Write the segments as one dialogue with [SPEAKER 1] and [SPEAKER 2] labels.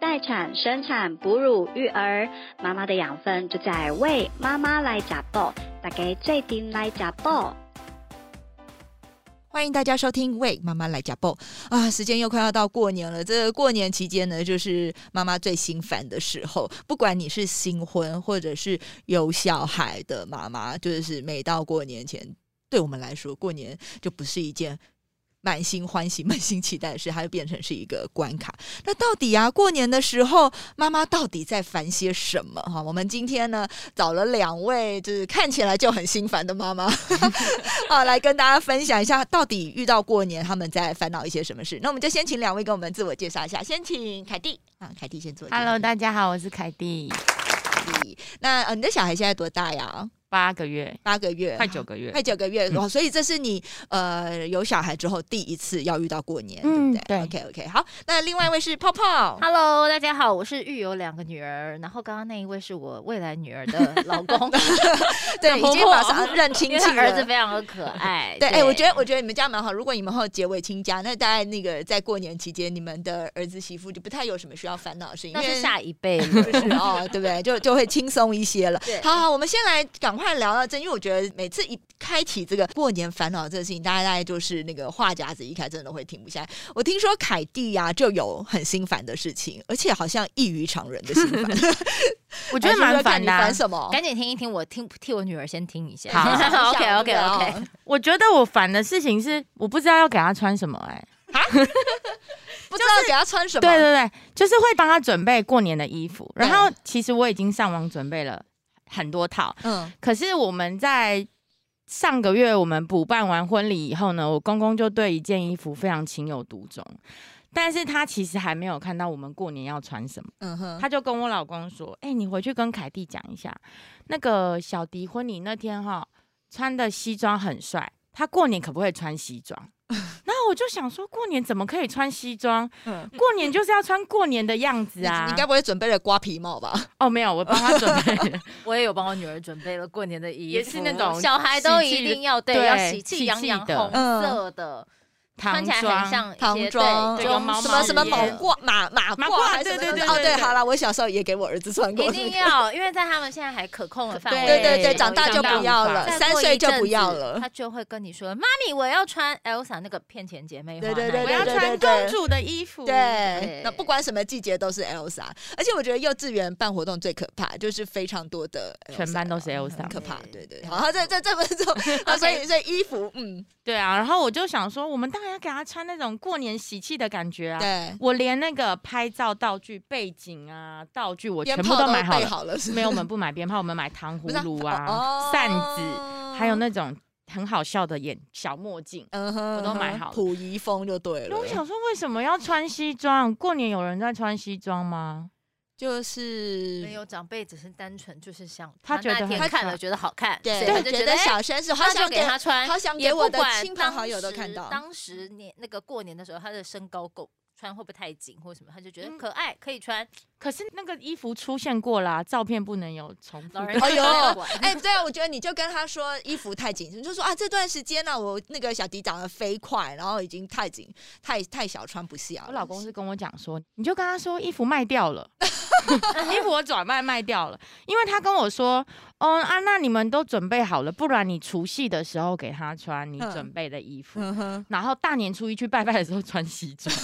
[SPEAKER 1] 待产、生产、哺乳、育儿，妈妈的养分就在为妈妈来加爆，大家最顶来加爆。
[SPEAKER 2] 欢迎大家收听《喂妈妈来家报》啊！时间又快要到过年了，这个过年期间呢，就是妈妈最心烦的时候。不管你是新婚或者是有小孩的妈妈，就是每到过年前，对我们来说，过年就不是一件满心欢喜、 满心期待的事，它就变成是一个关卡。那到底啊，过年的时候，妈妈到底在烦些什么？哈，我们今天呢，找了两位就是看起来就很心烦的妈妈。好，来跟大家分享一下，到底遇到过年他们在烦恼一些什么事。那我们就先请两位给我们自我介绍一下，先请凯蒂啊，凯蒂先做。
[SPEAKER 3] Hello，大家好，我是凯蒂，
[SPEAKER 2] 蒂。那呃，你的小孩现在多大呀？
[SPEAKER 3] 八个月，
[SPEAKER 2] 八个月，
[SPEAKER 3] 快九个月
[SPEAKER 2] 快，九个月哦，所以这是你呃有小孩之后第一次要遇到过年，
[SPEAKER 4] 嗯
[SPEAKER 2] 对不对？OK OK，好，那另外一位是泡泡，
[SPEAKER 4] Hello，大家好，我是育有两个女儿，然后刚刚那一位是我未来女儿的老公，
[SPEAKER 2] 对，已
[SPEAKER 4] 婆
[SPEAKER 2] 经
[SPEAKER 4] 婆
[SPEAKER 2] 马上认
[SPEAKER 4] 嗯 因
[SPEAKER 2] 亲
[SPEAKER 4] 为
[SPEAKER 2] 戚
[SPEAKER 4] 他儿子
[SPEAKER 2] 了。
[SPEAKER 4] 非常的可爱。
[SPEAKER 2] 对，哎、我觉得我觉得你们家蛮好。如果你们后结为亲家，那大概那个在过年期间，你们的儿子媳妇就不太有什么需要烦恼的事情，因
[SPEAKER 4] 那
[SPEAKER 2] 为
[SPEAKER 4] 是下一辈了。
[SPEAKER 2] 就是哦，对不对？就就会轻松一些了
[SPEAKER 4] 对。
[SPEAKER 2] 好好，我们先来赶快聊到这，因为我觉得每次一开启这个过年烦恼这个事情，大家大概就是那个话匣子一开，真的会停不下来。我听说凯蒂呀、就有很心烦的事情，而且好像异于常人的心 烦，
[SPEAKER 3] 我觉得蛮
[SPEAKER 2] 烦
[SPEAKER 3] 烦的啊、
[SPEAKER 2] 烦什么？
[SPEAKER 4] 赶紧听一听，我听替我女儿先听一下。
[SPEAKER 3] 好
[SPEAKER 2] 想一想
[SPEAKER 4] OK OK
[SPEAKER 2] 对
[SPEAKER 4] OK，
[SPEAKER 2] 不对
[SPEAKER 3] 我觉得我烦的事情是，我不知道要给他穿什么、哎，
[SPEAKER 2] 不知道给他穿什么？
[SPEAKER 3] 对对对，就是会帮他准备过年的衣服。
[SPEAKER 2] 对
[SPEAKER 3] 然后其实我已经上网准备了很多套，
[SPEAKER 2] 嗯，
[SPEAKER 3] 可是我们在上个月我们补办完婚礼以后呢，我公公就对一件衣服非常情有独钟，但是他其实还没有看到我们过年要穿什么。
[SPEAKER 2] 嗯哼，
[SPEAKER 3] 他就跟我老公说：“哎、你回去跟凯蒂讲一下，那个小迪婚礼那天哈，穿的西装很帅，他过年可不可以穿西装？” 然后我就想说，过年怎么可以穿西装？
[SPEAKER 2] 嗯
[SPEAKER 3] 过年就是要穿过年的样子
[SPEAKER 2] 你
[SPEAKER 3] 啊！
[SPEAKER 2] 你该不会准备了瓜皮帽吧？
[SPEAKER 3] 哦，没有，我帮他准备 了，
[SPEAKER 4] 我也有帮我女儿准备了过年的衣服，
[SPEAKER 3] 也是那种
[SPEAKER 4] 小孩都一定要对，
[SPEAKER 3] 对
[SPEAKER 4] 要喜气洋
[SPEAKER 3] 喜
[SPEAKER 4] 洋，
[SPEAKER 3] 气的
[SPEAKER 4] 红色的，
[SPEAKER 3] 唐
[SPEAKER 4] 穿起来很
[SPEAKER 3] 装。
[SPEAKER 4] 像一
[SPEAKER 2] 唐
[SPEAKER 4] 些
[SPEAKER 2] 装，
[SPEAKER 4] 对
[SPEAKER 3] 有毛
[SPEAKER 2] 什
[SPEAKER 3] 毛
[SPEAKER 2] 么什么
[SPEAKER 3] 的
[SPEAKER 2] 马褂、马马
[SPEAKER 3] 马
[SPEAKER 2] 褂
[SPEAKER 3] 褂
[SPEAKER 2] 还是什
[SPEAKER 3] 对
[SPEAKER 2] 么
[SPEAKER 3] 对
[SPEAKER 2] 的？
[SPEAKER 3] 对
[SPEAKER 2] 哦，
[SPEAKER 3] 对
[SPEAKER 2] 对，
[SPEAKER 3] 对
[SPEAKER 2] 好了，我小时候也给我儿子穿过
[SPEAKER 4] 一
[SPEAKER 2] 那个
[SPEAKER 4] 定。要，因为在他们现在还可控的范围内，
[SPEAKER 2] 对对
[SPEAKER 3] 对
[SPEAKER 2] 对，长大就不要了，
[SPEAKER 4] 再
[SPEAKER 2] 三
[SPEAKER 4] 过一
[SPEAKER 2] 岁就
[SPEAKER 4] 阵
[SPEAKER 2] 不
[SPEAKER 4] 子
[SPEAKER 2] 要了。
[SPEAKER 4] 他就会跟你说：“妈咪，我要穿 Elsa 那个骗钱姐妹
[SPEAKER 2] 对
[SPEAKER 4] 花。”
[SPEAKER 2] 对对
[SPEAKER 3] 我
[SPEAKER 2] 对
[SPEAKER 3] 要
[SPEAKER 2] 对
[SPEAKER 3] 穿公主的衣服。
[SPEAKER 2] 对
[SPEAKER 4] 对，
[SPEAKER 3] 嗯
[SPEAKER 2] 那不管什么季节都是 Elsa，而且我觉得幼稚园办活动最可怕，就是非常多的 Elsa，嗯
[SPEAKER 3] 全班都是 Elsa
[SPEAKER 2] 很可怕。对
[SPEAKER 4] 对
[SPEAKER 2] 对，
[SPEAKER 4] 对
[SPEAKER 2] 好，这这这分钟， 啊所以所以衣服，嗯，
[SPEAKER 3] 对啊，然后我就想说，我们当然要给他穿那种过年喜气的感觉啊。
[SPEAKER 2] 对，
[SPEAKER 3] 我连那个拍照道具、背景啊、道具，我
[SPEAKER 2] 鞭
[SPEAKER 3] 全
[SPEAKER 2] 炮
[SPEAKER 3] 部
[SPEAKER 2] 都
[SPEAKER 3] 都买好
[SPEAKER 2] 备
[SPEAKER 3] 了。
[SPEAKER 2] 好了，是
[SPEAKER 3] 没有，我们不买鞭炮，我们买糖
[SPEAKER 2] 不是
[SPEAKER 3] 葫芦
[SPEAKER 2] 哦
[SPEAKER 3] 啊、哦扇子，还有，那种很好笑的眼小墨镜。
[SPEAKER 2] 嗯哼，
[SPEAKER 3] 我都
[SPEAKER 2] 嗯
[SPEAKER 3] 买
[SPEAKER 2] 哼
[SPEAKER 3] 好了
[SPEAKER 2] 溥仪风就对
[SPEAKER 3] 因为我
[SPEAKER 2] 了，
[SPEAKER 3] 想说，为什么要穿西装？过年有人在穿西装吗？
[SPEAKER 2] 就是
[SPEAKER 4] 没。有长辈只是单纯就是想
[SPEAKER 3] 他觉得
[SPEAKER 4] 那天
[SPEAKER 3] 很
[SPEAKER 4] 看
[SPEAKER 3] 帅
[SPEAKER 4] 了觉得好看，
[SPEAKER 2] 对，
[SPEAKER 4] 所以
[SPEAKER 2] 我
[SPEAKER 4] 他就
[SPEAKER 2] 觉
[SPEAKER 4] 觉
[SPEAKER 2] 得
[SPEAKER 3] 哎
[SPEAKER 4] 得
[SPEAKER 2] 小绅士，好
[SPEAKER 4] 他
[SPEAKER 2] 想
[SPEAKER 4] 就
[SPEAKER 2] 给
[SPEAKER 4] 给他穿，
[SPEAKER 2] 好想
[SPEAKER 4] 也
[SPEAKER 2] 给我
[SPEAKER 4] 不
[SPEAKER 2] 的
[SPEAKER 4] 管
[SPEAKER 2] 亲朋好
[SPEAKER 4] 当
[SPEAKER 2] 友都
[SPEAKER 4] 时
[SPEAKER 2] 看到
[SPEAKER 4] 当时年那个过年的时候，他的身高够穿会不会太紧或什么，他就觉得
[SPEAKER 3] 嗯
[SPEAKER 4] 可爱，可以穿。
[SPEAKER 3] 可是那个衣服出现过啦，照片不能有重复
[SPEAKER 4] 老
[SPEAKER 3] 的。
[SPEAKER 4] 人
[SPEAKER 2] 哎
[SPEAKER 4] 家
[SPEAKER 2] 呦
[SPEAKER 4] 没管，
[SPEAKER 2] 哎、对啊，我觉得你就跟他说衣服太紧，你就说啊，这段时间呢、我那个小迪长得飞快，然后已经太紧，太太小穿不下了。嗯
[SPEAKER 3] 我老公是跟我讲说，你就跟他说衣服卖掉 了，衣服我转卖卖掉了，因为他跟我说，哦啊，那你们都准备好了，不然你除夕的时候给他穿你
[SPEAKER 2] 嗯
[SPEAKER 3] 准备的衣服，
[SPEAKER 2] 嗯哼，
[SPEAKER 3] 然后大年初一去拜拜的时候穿西装。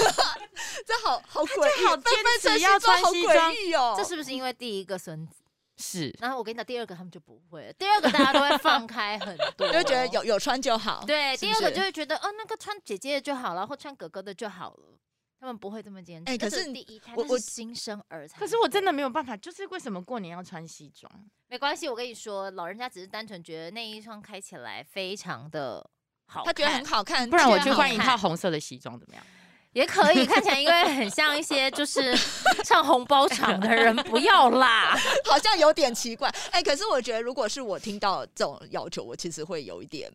[SPEAKER 2] 这好好诡异，
[SPEAKER 3] 好
[SPEAKER 2] 这
[SPEAKER 3] 坚
[SPEAKER 2] 分成
[SPEAKER 3] 持要
[SPEAKER 2] 西装
[SPEAKER 3] 穿
[SPEAKER 2] 好
[SPEAKER 3] 西
[SPEAKER 2] 诡
[SPEAKER 3] 装
[SPEAKER 2] 异哦。
[SPEAKER 4] 这是不是因为第一个孙子？
[SPEAKER 3] 是，
[SPEAKER 4] 然后我跟你讲，第二个他们就不会了，第二个大家都会放开很多，
[SPEAKER 2] 就觉得有有穿就好。
[SPEAKER 4] 对，
[SPEAKER 2] 哦是
[SPEAKER 4] 第
[SPEAKER 2] 不
[SPEAKER 4] 二个
[SPEAKER 2] 是
[SPEAKER 4] 就会觉得哦，那个穿姐姐的就好了，或穿哥哥的就好了。他们不会这么坚持。
[SPEAKER 2] 哎可
[SPEAKER 4] 那
[SPEAKER 2] 是
[SPEAKER 4] 第一胎，
[SPEAKER 2] 我
[SPEAKER 4] 那
[SPEAKER 2] 我
[SPEAKER 4] 是新生儿才会。
[SPEAKER 3] 可是我真的没有办法，就是为什么过年要穿西装？
[SPEAKER 4] 没关系，我跟你说，老人家只是单纯觉得那一双开起来非常的好
[SPEAKER 2] 他觉得
[SPEAKER 4] 看
[SPEAKER 2] 很好看，
[SPEAKER 3] 不然我
[SPEAKER 2] 觉
[SPEAKER 3] 去
[SPEAKER 2] 得
[SPEAKER 3] 换一
[SPEAKER 2] 好看
[SPEAKER 3] 套红色的西装怎么样？
[SPEAKER 4] 也可以，看起来因为很像一些就是 上红包场的人，不要啦。
[SPEAKER 2] 好像有点奇怪。哎、可是我觉得如果是我听到这种要求，我其实会有一点。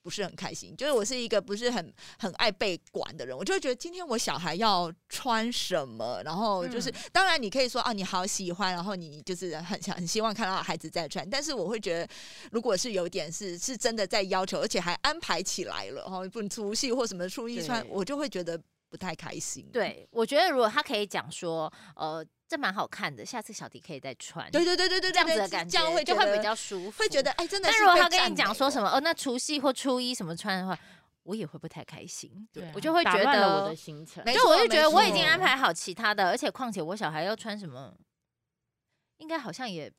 [SPEAKER 2] 不是很开心，就是我是一个不是很很爱被管的人，我就会觉得今天我小孩要穿什么，然后
[SPEAKER 4] 嗯
[SPEAKER 2] 就是、当然你可以说啊你好喜欢，然后你就是很想很希望看到孩子在穿，但是我会觉得如果是有点是是真的在要求，而且还安排起来了，然后不除夕或什么初一穿，
[SPEAKER 4] 对
[SPEAKER 2] 我就会觉得不太开心。
[SPEAKER 4] 对，我觉得如果他可以讲说，呃，这蛮好看的，下次小迪可以再穿，
[SPEAKER 2] 对对对对对，对
[SPEAKER 4] 这样子
[SPEAKER 2] 对
[SPEAKER 4] 的感
[SPEAKER 2] 这样会
[SPEAKER 4] 就
[SPEAKER 2] 觉
[SPEAKER 4] 会
[SPEAKER 2] 得
[SPEAKER 4] 比较舒服，
[SPEAKER 2] 会觉得。哎，真的
[SPEAKER 4] 但
[SPEAKER 2] 是
[SPEAKER 4] 如果
[SPEAKER 2] 被
[SPEAKER 4] 他跟
[SPEAKER 2] 赞
[SPEAKER 4] 你讲
[SPEAKER 2] 美
[SPEAKER 4] 说
[SPEAKER 2] 了
[SPEAKER 4] 什么，哦，那除夕或初一什么穿的话，我也会不太开心。
[SPEAKER 3] 对啊
[SPEAKER 4] 我就会
[SPEAKER 3] 打
[SPEAKER 4] 觉
[SPEAKER 3] 乱了
[SPEAKER 4] 得
[SPEAKER 3] 我的行程
[SPEAKER 2] 没。
[SPEAKER 4] 就我
[SPEAKER 2] 错
[SPEAKER 4] 就觉得
[SPEAKER 2] 没
[SPEAKER 4] 我已经
[SPEAKER 2] 错
[SPEAKER 4] 安排好其他的，而且况且我小孩要穿什么，应该好像也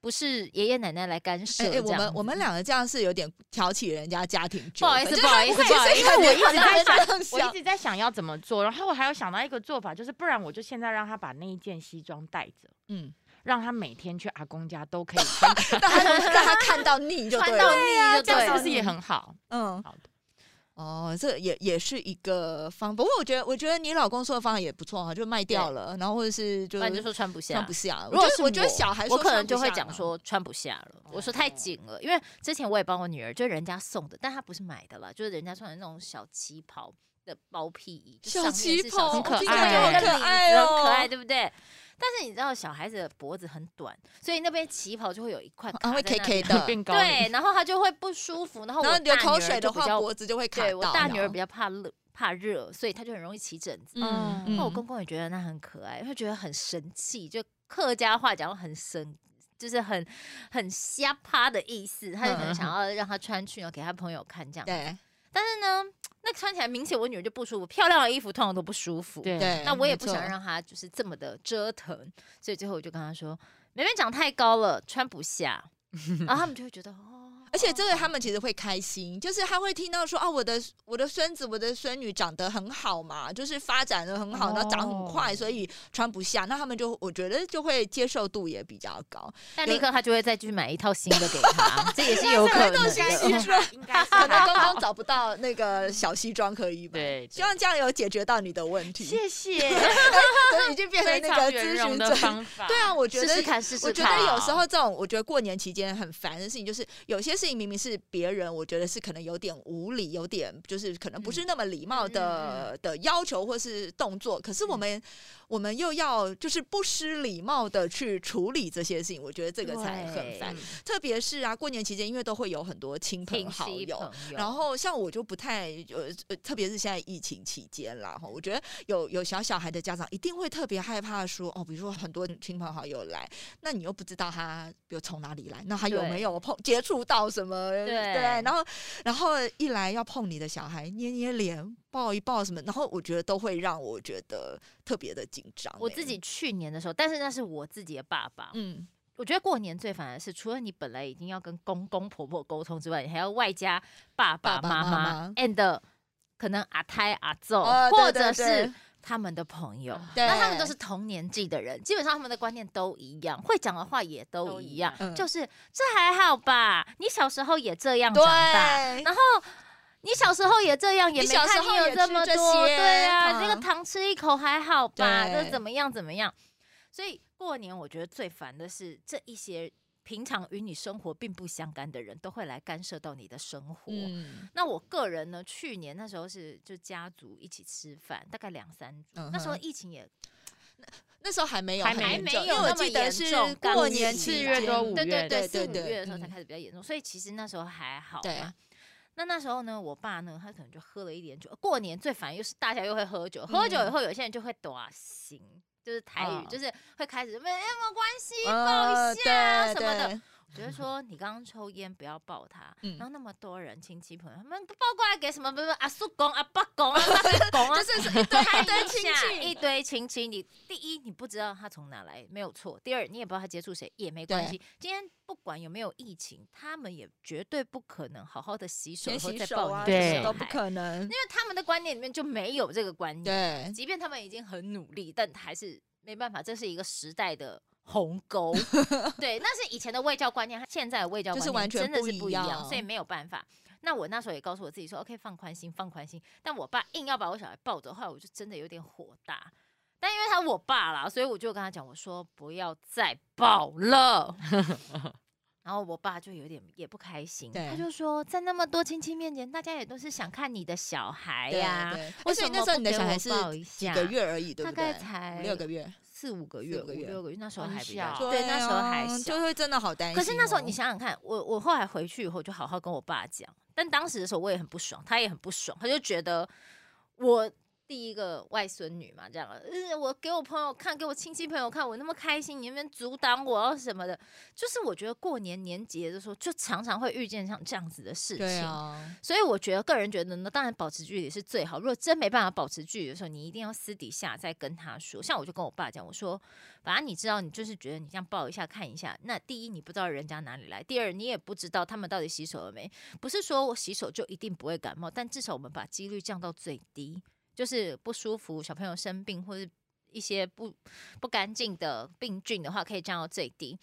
[SPEAKER 4] 不是爷爷奶奶来干涉
[SPEAKER 2] 哎、哎
[SPEAKER 4] 这
[SPEAKER 2] 我
[SPEAKER 4] 样
[SPEAKER 2] 们我们
[SPEAKER 4] 子
[SPEAKER 2] 两个这样是有点挑起人家家庭
[SPEAKER 4] 不好意思不好意思不好意思
[SPEAKER 2] 因为
[SPEAKER 3] 我一直在
[SPEAKER 2] 这样
[SPEAKER 3] 想，我一
[SPEAKER 2] 想，
[SPEAKER 3] 直在想要怎么做，然后我还有想到一个做法，就是不然我就现在让他把那一件西装带着，
[SPEAKER 2] 嗯，
[SPEAKER 3] 让他每天去阿公家都可以穿，
[SPEAKER 2] 让他让他看到腻就
[SPEAKER 4] 穿
[SPEAKER 2] 对啊
[SPEAKER 4] 到
[SPEAKER 2] 了，
[SPEAKER 4] 腻了，
[SPEAKER 3] 这样是不是也
[SPEAKER 4] 对啊
[SPEAKER 3] 很好？
[SPEAKER 2] 嗯，
[SPEAKER 3] 好的，
[SPEAKER 2] 哦，这也也是一个方，不过我觉得我觉得你老公说的方法也不错哈，就卖掉了，然后或者是就
[SPEAKER 4] 不然就说穿不下
[SPEAKER 2] 穿不。下。
[SPEAKER 4] 如果
[SPEAKER 2] 我觉
[SPEAKER 4] 是
[SPEAKER 2] 得我觉得小孩
[SPEAKER 4] 我
[SPEAKER 2] 说
[SPEAKER 4] 可能
[SPEAKER 2] 穿不
[SPEAKER 4] 就会
[SPEAKER 2] 下
[SPEAKER 4] 讲
[SPEAKER 2] 嘛，
[SPEAKER 4] 说穿不下了，我说太紧了，因为之前我也帮我女儿，就人家送的，但她不是买的啦，就是人家穿的那种小旗袍的包屁衣，就
[SPEAKER 2] 小
[SPEAKER 4] 上面
[SPEAKER 2] 旗
[SPEAKER 4] 是
[SPEAKER 2] 袍
[SPEAKER 4] 小
[SPEAKER 3] 很可
[SPEAKER 2] 听起
[SPEAKER 3] 爱
[SPEAKER 2] 来就
[SPEAKER 4] 跟
[SPEAKER 2] 很可爱
[SPEAKER 4] 领子
[SPEAKER 2] 哦，
[SPEAKER 4] 很可爱，对不对？但是你知道小孩子的脖子很短，所以那边旗袍就会有一块
[SPEAKER 2] 啊，
[SPEAKER 4] 卡
[SPEAKER 2] 会 K
[SPEAKER 4] 在那
[SPEAKER 2] K
[SPEAKER 4] 边
[SPEAKER 2] 的，
[SPEAKER 3] 变高
[SPEAKER 4] 对，
[SPEAKER 3] 龄，
[SPEAKER 4] 然后他就会不舒服，然后我
[SPEAKER 2] 然后流
[SPEAKER 4] 大
[SPEAKER 2] 口
[SPEAKER 4] 女儿
[SPEAKER 2] 水
[SPEAKER 4] 就
[SPEAKER 2] 的
[SPEAKER 4] 比
[SPEAKER 2] 话，
[SPEAKER 4] 较
[SPEAKER 2] 脖子就会卡
[SPEAKER 4] 对我
[SPEAKER 2] 到哦
[SPEAKER 4] 大
[SPEAKER 2] 呢
[SPEAKER 4] 女儿比较怕热，怕热，所以她就很容易起疹子。
[SPEAKER 3] 嗯
[SPEAKER 4] 那、我公公也觉得那很可爱，会觉得很神气，就客家话讲很神，就是很很瞎趴的意思。他就可能想
[SPEAKER 2] 嗯
[SPEAKER 4] 要让她穿去，然后给她朋友看这样。
[SPEAKER 2] 对
[SPEAKER 4] 但是呢，那穿起来明显我女儿就不舒服，漂亮的衣服通常都不舒服。
[SPEAKER 3] 对
[SPEAKER 2] 对，
[SPEAKER 4] 那我也
[SPEAKER 2] 没
[SPEAKER 4] 不想
[SPEAKER 2] 错
[SPEAKER 4] 让她就是这么的折腾，所以最后我就跟她说：“妹妹长太高了，穿不下。”然后他们就会觉得哦，
[SPEAKER 2] 而且这个他们其实会开心，就是他会听到说啊，我的我的孙子、我的孙女长得很好嘛，就是发展的很好，
[SPEAKER 3] 哦
[SPEAKER 2] 然后长很快，所以穿不下。那他们就我觉得就会接受度也比较 高，
[SPEAKER 4] 但
[SPEAKER 2] 有
[SPEAKER 4] 立刻他就会再去买一套新的给他，这也是有可 能
[SPEAKER 2] 那是
[SPEAKER 4] 的。嗯
[SPEAKER 2] 西装，
[SPEAKER 3] 应该是
[SPEAKER 2] 可能
[SPEAKER 3] 还
[SPEAKER 2] 刚
[SPEAKER 3] 好
[SPEAKER 2] 刚找不到那个小西装可以买。
[SPEAKER 3] 对，
[SPEAKER 2] 希望这样有解决到你的问题，
[SPEAKER 3] 谢谢，
[SPEAKER 2] 所以已经变成
[SPEAKER 3] 非
[SPEAKER 2] 那个
[SPEAKER 3] 常
[SPEAKER 2] 咨
[SPEAKER 3] 圆融
[SPEAKER 2] 询
[SPEAKER 3] 的
[SPEAKER 2] 者。
[SPEAKER 3] 方法，
[SPEAKER 2] 对啊，我觉
[SPEAKER 4] 试
[SPEAKER 2] 得
[SPEAKER 4] 试看，试试
[SPEAKER 2] 我觉
[SPEAKER 4] 看。啊
[SPEAKER 2] 得有时候这种，我觉得过年期间很烦的事情，就是有些事情明明是别人，我觉得是可能有点无理，有点就是可能不
[SPEAKER 4] 嗯
[SPEAKER 2] 是那么礼貌的、的要求或是动作，可
[SPEAKER 4] 嗯
[SPEAKER 2] 是我们、我们又要就是不失礼貌的去处理这些事情，我觉得这个才很
[SPEAKER 4] 对
[SPEAKER 2] 烦
[SPEAKER 3] 嗯。
[SPEAKER 2] 特别是啊，过年期间，因为都会有很多亲朋
[SPEAKER 4] 挺
[SPEAKER 2] 好
[SPEAKER 4] 吸
[SPEAKER 2] 友，
[SPEAKER 4] 朋友，
[SPEAKER 2] 然后像我就不太呃，呃特别是现在疫情期间啦，哈，我觉得有有小小孩的家长一定会特别害怕说，哦，比如说很多亲朋好友来，那你又不知道他，比如从哪里来，那他有
[SPEAKER 4] 对
[SPEAKER 2] 没有碰接触到什么？
[SPEAKER 4] 对
[SPEAKER 2] 然后然后一来要碰你的小孩，捏捏脸，抱一抱什么，然后我觉得都会让我觉得特别的紧张欸、
[SPEAKER 4] 我自己去年的时候，但是那是我自己的爸爸。
[SPEAKER 2] 嗯，
[SPEAKER 4] 我觉得过年最烦的是，除了你本来已经要跟公公婆婆沟通之外，你还要外加爸
[SPEAKER 2] 爸爸
[SPEAKER 4] 妈
[SPEAKER 2] 妈妈
[SPEAKER 4] and 可能阿胎阿奏，
[SPEAKER 2] 哦对
[SPEAKER 4] 或
[SPEAKER 2] 对
[SPEAKER 4] 者
[SPEAKER 2] 对啊
[SPEAKER 4] 是他们的朋友。
[SPEAKER 2] 对，
[SPEAKER 4] 那他们都是同年纪的人，基本上他们的观念都一样，会讲的话也都
[SPEAKER 3] 都一
[SPEAKER 4] 一样，
[SPEAKER 2] 样嗯
[SPEAKER 4] 就是这还好吧？你小时候也这嗯样长大，
[SPEAKER 2] 对
[SPEAKER 4] 那。你小时候也这样，也
[SPEAKER 2] 你
[SPEAKER 4] 没
[SPEAKER 2] 小时
[SPEAKER 4] 看
[SPEAKER 2] 候也
[SPEAKER 4] 有这
[SPEAKER 2] 吃
[SPEAKER 4] 么
[SPEAKER 2] 这
[SPEAKER 4] 多，
[SPEAKER 2] 些
[SPEAKER 4] 对啊，这个
[SPEAKER 2] 嗯
[SPEAKER 4] 糖吃一口还好吧？
[SPEAKER 2] 对
[SPEAKER 4] 这怎么样怎么样？所以过年我觉得最烦的是这一些平常与你生活并不相干的人都会来干涉到你的生活。
[SPEAKER 2] 嗯
[SPEAKER 4] 那我个人呢，去年那时候是就家族一起吃饭，大概两三
[SPEAKER 2] 嗯
[SPEAKER 4] 桌。
[SPEAKER 2] 哼
[SPEAKER 4] 那时候疫情也
[SPEAKER 2] 那时候还没有，
[SPEAKER 3] 还没
[SPEAKER 2] 严重
[SPEAKER 4] 还没有
[SPEAKER 2] 因为我
[SPEAKER 4] 那么
[SPEAKER 2] 记得
[SPEAKER 4] 严
[SPEAKER 2] 是
[SPEAKER 4] 重刚
[SPEAKER 2] 过
[SPEAKER 4] 进
[SPEAKER 2] 年
[SPEAKER 4] 四
[SPEAKER 2] 期
[SPEAKER 3] 月
[SPEAKER 2] 间
[SPEAKER 3] 多五
[SPEAKER 4] 对对对，
[SPEAKER 3] 月
[SPEAKER 2] 对
[SPEAKER 4] 四
[SPEAKER 2] 对
[SPEAKER 4] 五
[SPEAKER 2] 对
[SPEAKER 4] 月的时候才
[SPEAKER 2] 嗯
[SPEAKER 4] 开始比较严重，所以其实那时候还好。
[SPEAKER 2] 对。
[SPEAKER 4] 那那时候呢，我爸呢，他可能就喝了一点酒。过年最烦又是大家又会喝酒，喝酒
[SPEAKER 2] 嗯
[SPEAKER 4] 以后有些人就会短行，就是台语，
[SPEAKER 3] 嗯
[SPEAKER 4] 就是会开始没有关系抱
[SPEAKER 2] 呃
[SPEAKER 4] 一下
[SPEAKER 2] 对
[SPEAKER 4] 啊什么的。
[SPEAKER 2] 对
[SPEAKER 4] 我觉得说你刚刚抽烟不要抱他，
[SPEAKER 2] 嗯
[SPEAKER 4] 然后那么多人亲戚朋友，他们抱过来给什么？不不阿叔公阿爸公啊阿公啊，
[SPEAKER 2] 就是一堆一堆亲戚，
[SPEAKER 4] 一堆亲戚，你第一你不知道他从哪来，没有错；第二你也不知道他接触谁，也没关系。今天不管有没有疫情，他们也绝对不可能好好的洗手，
[SPEAKER 2] 先
[SPEAKER 4] 然后
[SPEAKER 2] 洗
[SPEAKER 4] 再
[SPEAKER 2] 手
[SPEAKER 4] 抱
[SPEAKER 2] 啊，
[SPEAKER 4] 你的
[SPEAKER 3] 对
[SPEAKER 2] 什么都
[SPEAKER 4] 小
[SPEAKER 2] 不
[SPEAKER 4] 孩嗯
[SPEAKER 2] 可能
[SPEAKER 4] 因。为他们的观念里面就没有这个观念。
[SPEAKER 2] 对，
[SPEAKER 4] 即便他们已经很努力，但还是没办法，这是一个时代的鸿 沟。对，那是以前的卫教观念，和现在的卫教观
[SPEAKER 2] 就是完
[SPEAKER 4] 念
[SPEAKER 2] 全
[SPEAKER 4] 真的是
[SPEAKER 2] 不
[SPEAKER 4] 不
[SPEAKER 2] 一
[SPEAKER 4] 一
[SPEAKER 2] 样
[SPEAKER 4] 样，所以没有办法。那我那时候也告诉我自己说，OK，放宽心，放宽心。但我爸硬要把我小孩抱走，后来我就真的有点火大。但因为他我爸啦，所以我就跟他讲，我说不要再抱 了。然后我爸就有点也不开心，
[SPEAKER 2] 对
[SPEAKER 4] 他就说，在那么多亲戚面前，大家也都是想看你的小孩
[SPEAKER 2] 对
[SPEAKER 4] 呀、
[SPEAKER 2] 对哎
[SPEAKER 4] 为
[SPEAKER 2] 所以
[SPEAKER 4] 什
[SPEAKER 2] 那
[SPEAKER 4] 么
[SPEAKER 2] 时候
[SPEAKER 4] 不
[SPEAKER 2] 你的
[SPEAKER 4] 给
[SPEAKER 2] 小孩
[SPEAKER 4] 我
[SPEAKER 2] 是
[SPEAKER 4] 抱一
[SPEAKER 2] 几
[SPEAKER 4] 下
[SPEAKER 2] 个月而已，对
[SPEAKER 4] 大
[SPEAKER 2] 不
[SPEAKER 4] 概
[SPEAKER 2] 对？
[SPEAKER 4] 才
[SPEAKER 2] 五六个月，
[SPEAKER 4] 四五个
[SPEAKER 2] 四
[SPEAKER 4] 月，
[SPEAKER 2] 五个月
[SPEAKER 4] 五六个月，那时候
[SPEAKER 3] 很
[SPEAKER 4] 还比较
[SPEAKER 3] 小
[SPEAKER 4] 对，那时候还
[SPEAKER 2] 啊
[SPEAKER 4] 小
[SPEAKER 2] 就。会真的好担心哦。
[SPEAKER 4] 可是那时候你想想看，我我后来回去以后就好好跟我爸讲，但当时的时候我也很不爽，他也很不爽，他就觉得我。第一个外孙女嘛，这样，呃，我给我朋友看，给我亲戚朋友看，我那么开心，你们阻挡我啊什么的，就是我觉得过年年节的时候，就常常会遇见像这样子的事
[SPEAKER 2] 对
[SPEAKER 4] 情。
[SPEAKER 2] 啊，
[SPEAKER 4] 所以我觉得，个人觉得呢，当然保持距离是最好。如果真没办法保持距离的时候，你一定要私底下再跟他说。像我就跟我爸讲，我说，反正你知道，你就是觉得你这样抱一下看一下，那第一你不知道人家哪里来，第二你也不知道他们到底洗手了没。不是说我洗手就一定不会感冒，但至少我们把几率降到最低，就是不舒服、小朋友生病或是一些不不干净的病菌的话，可以降到最低。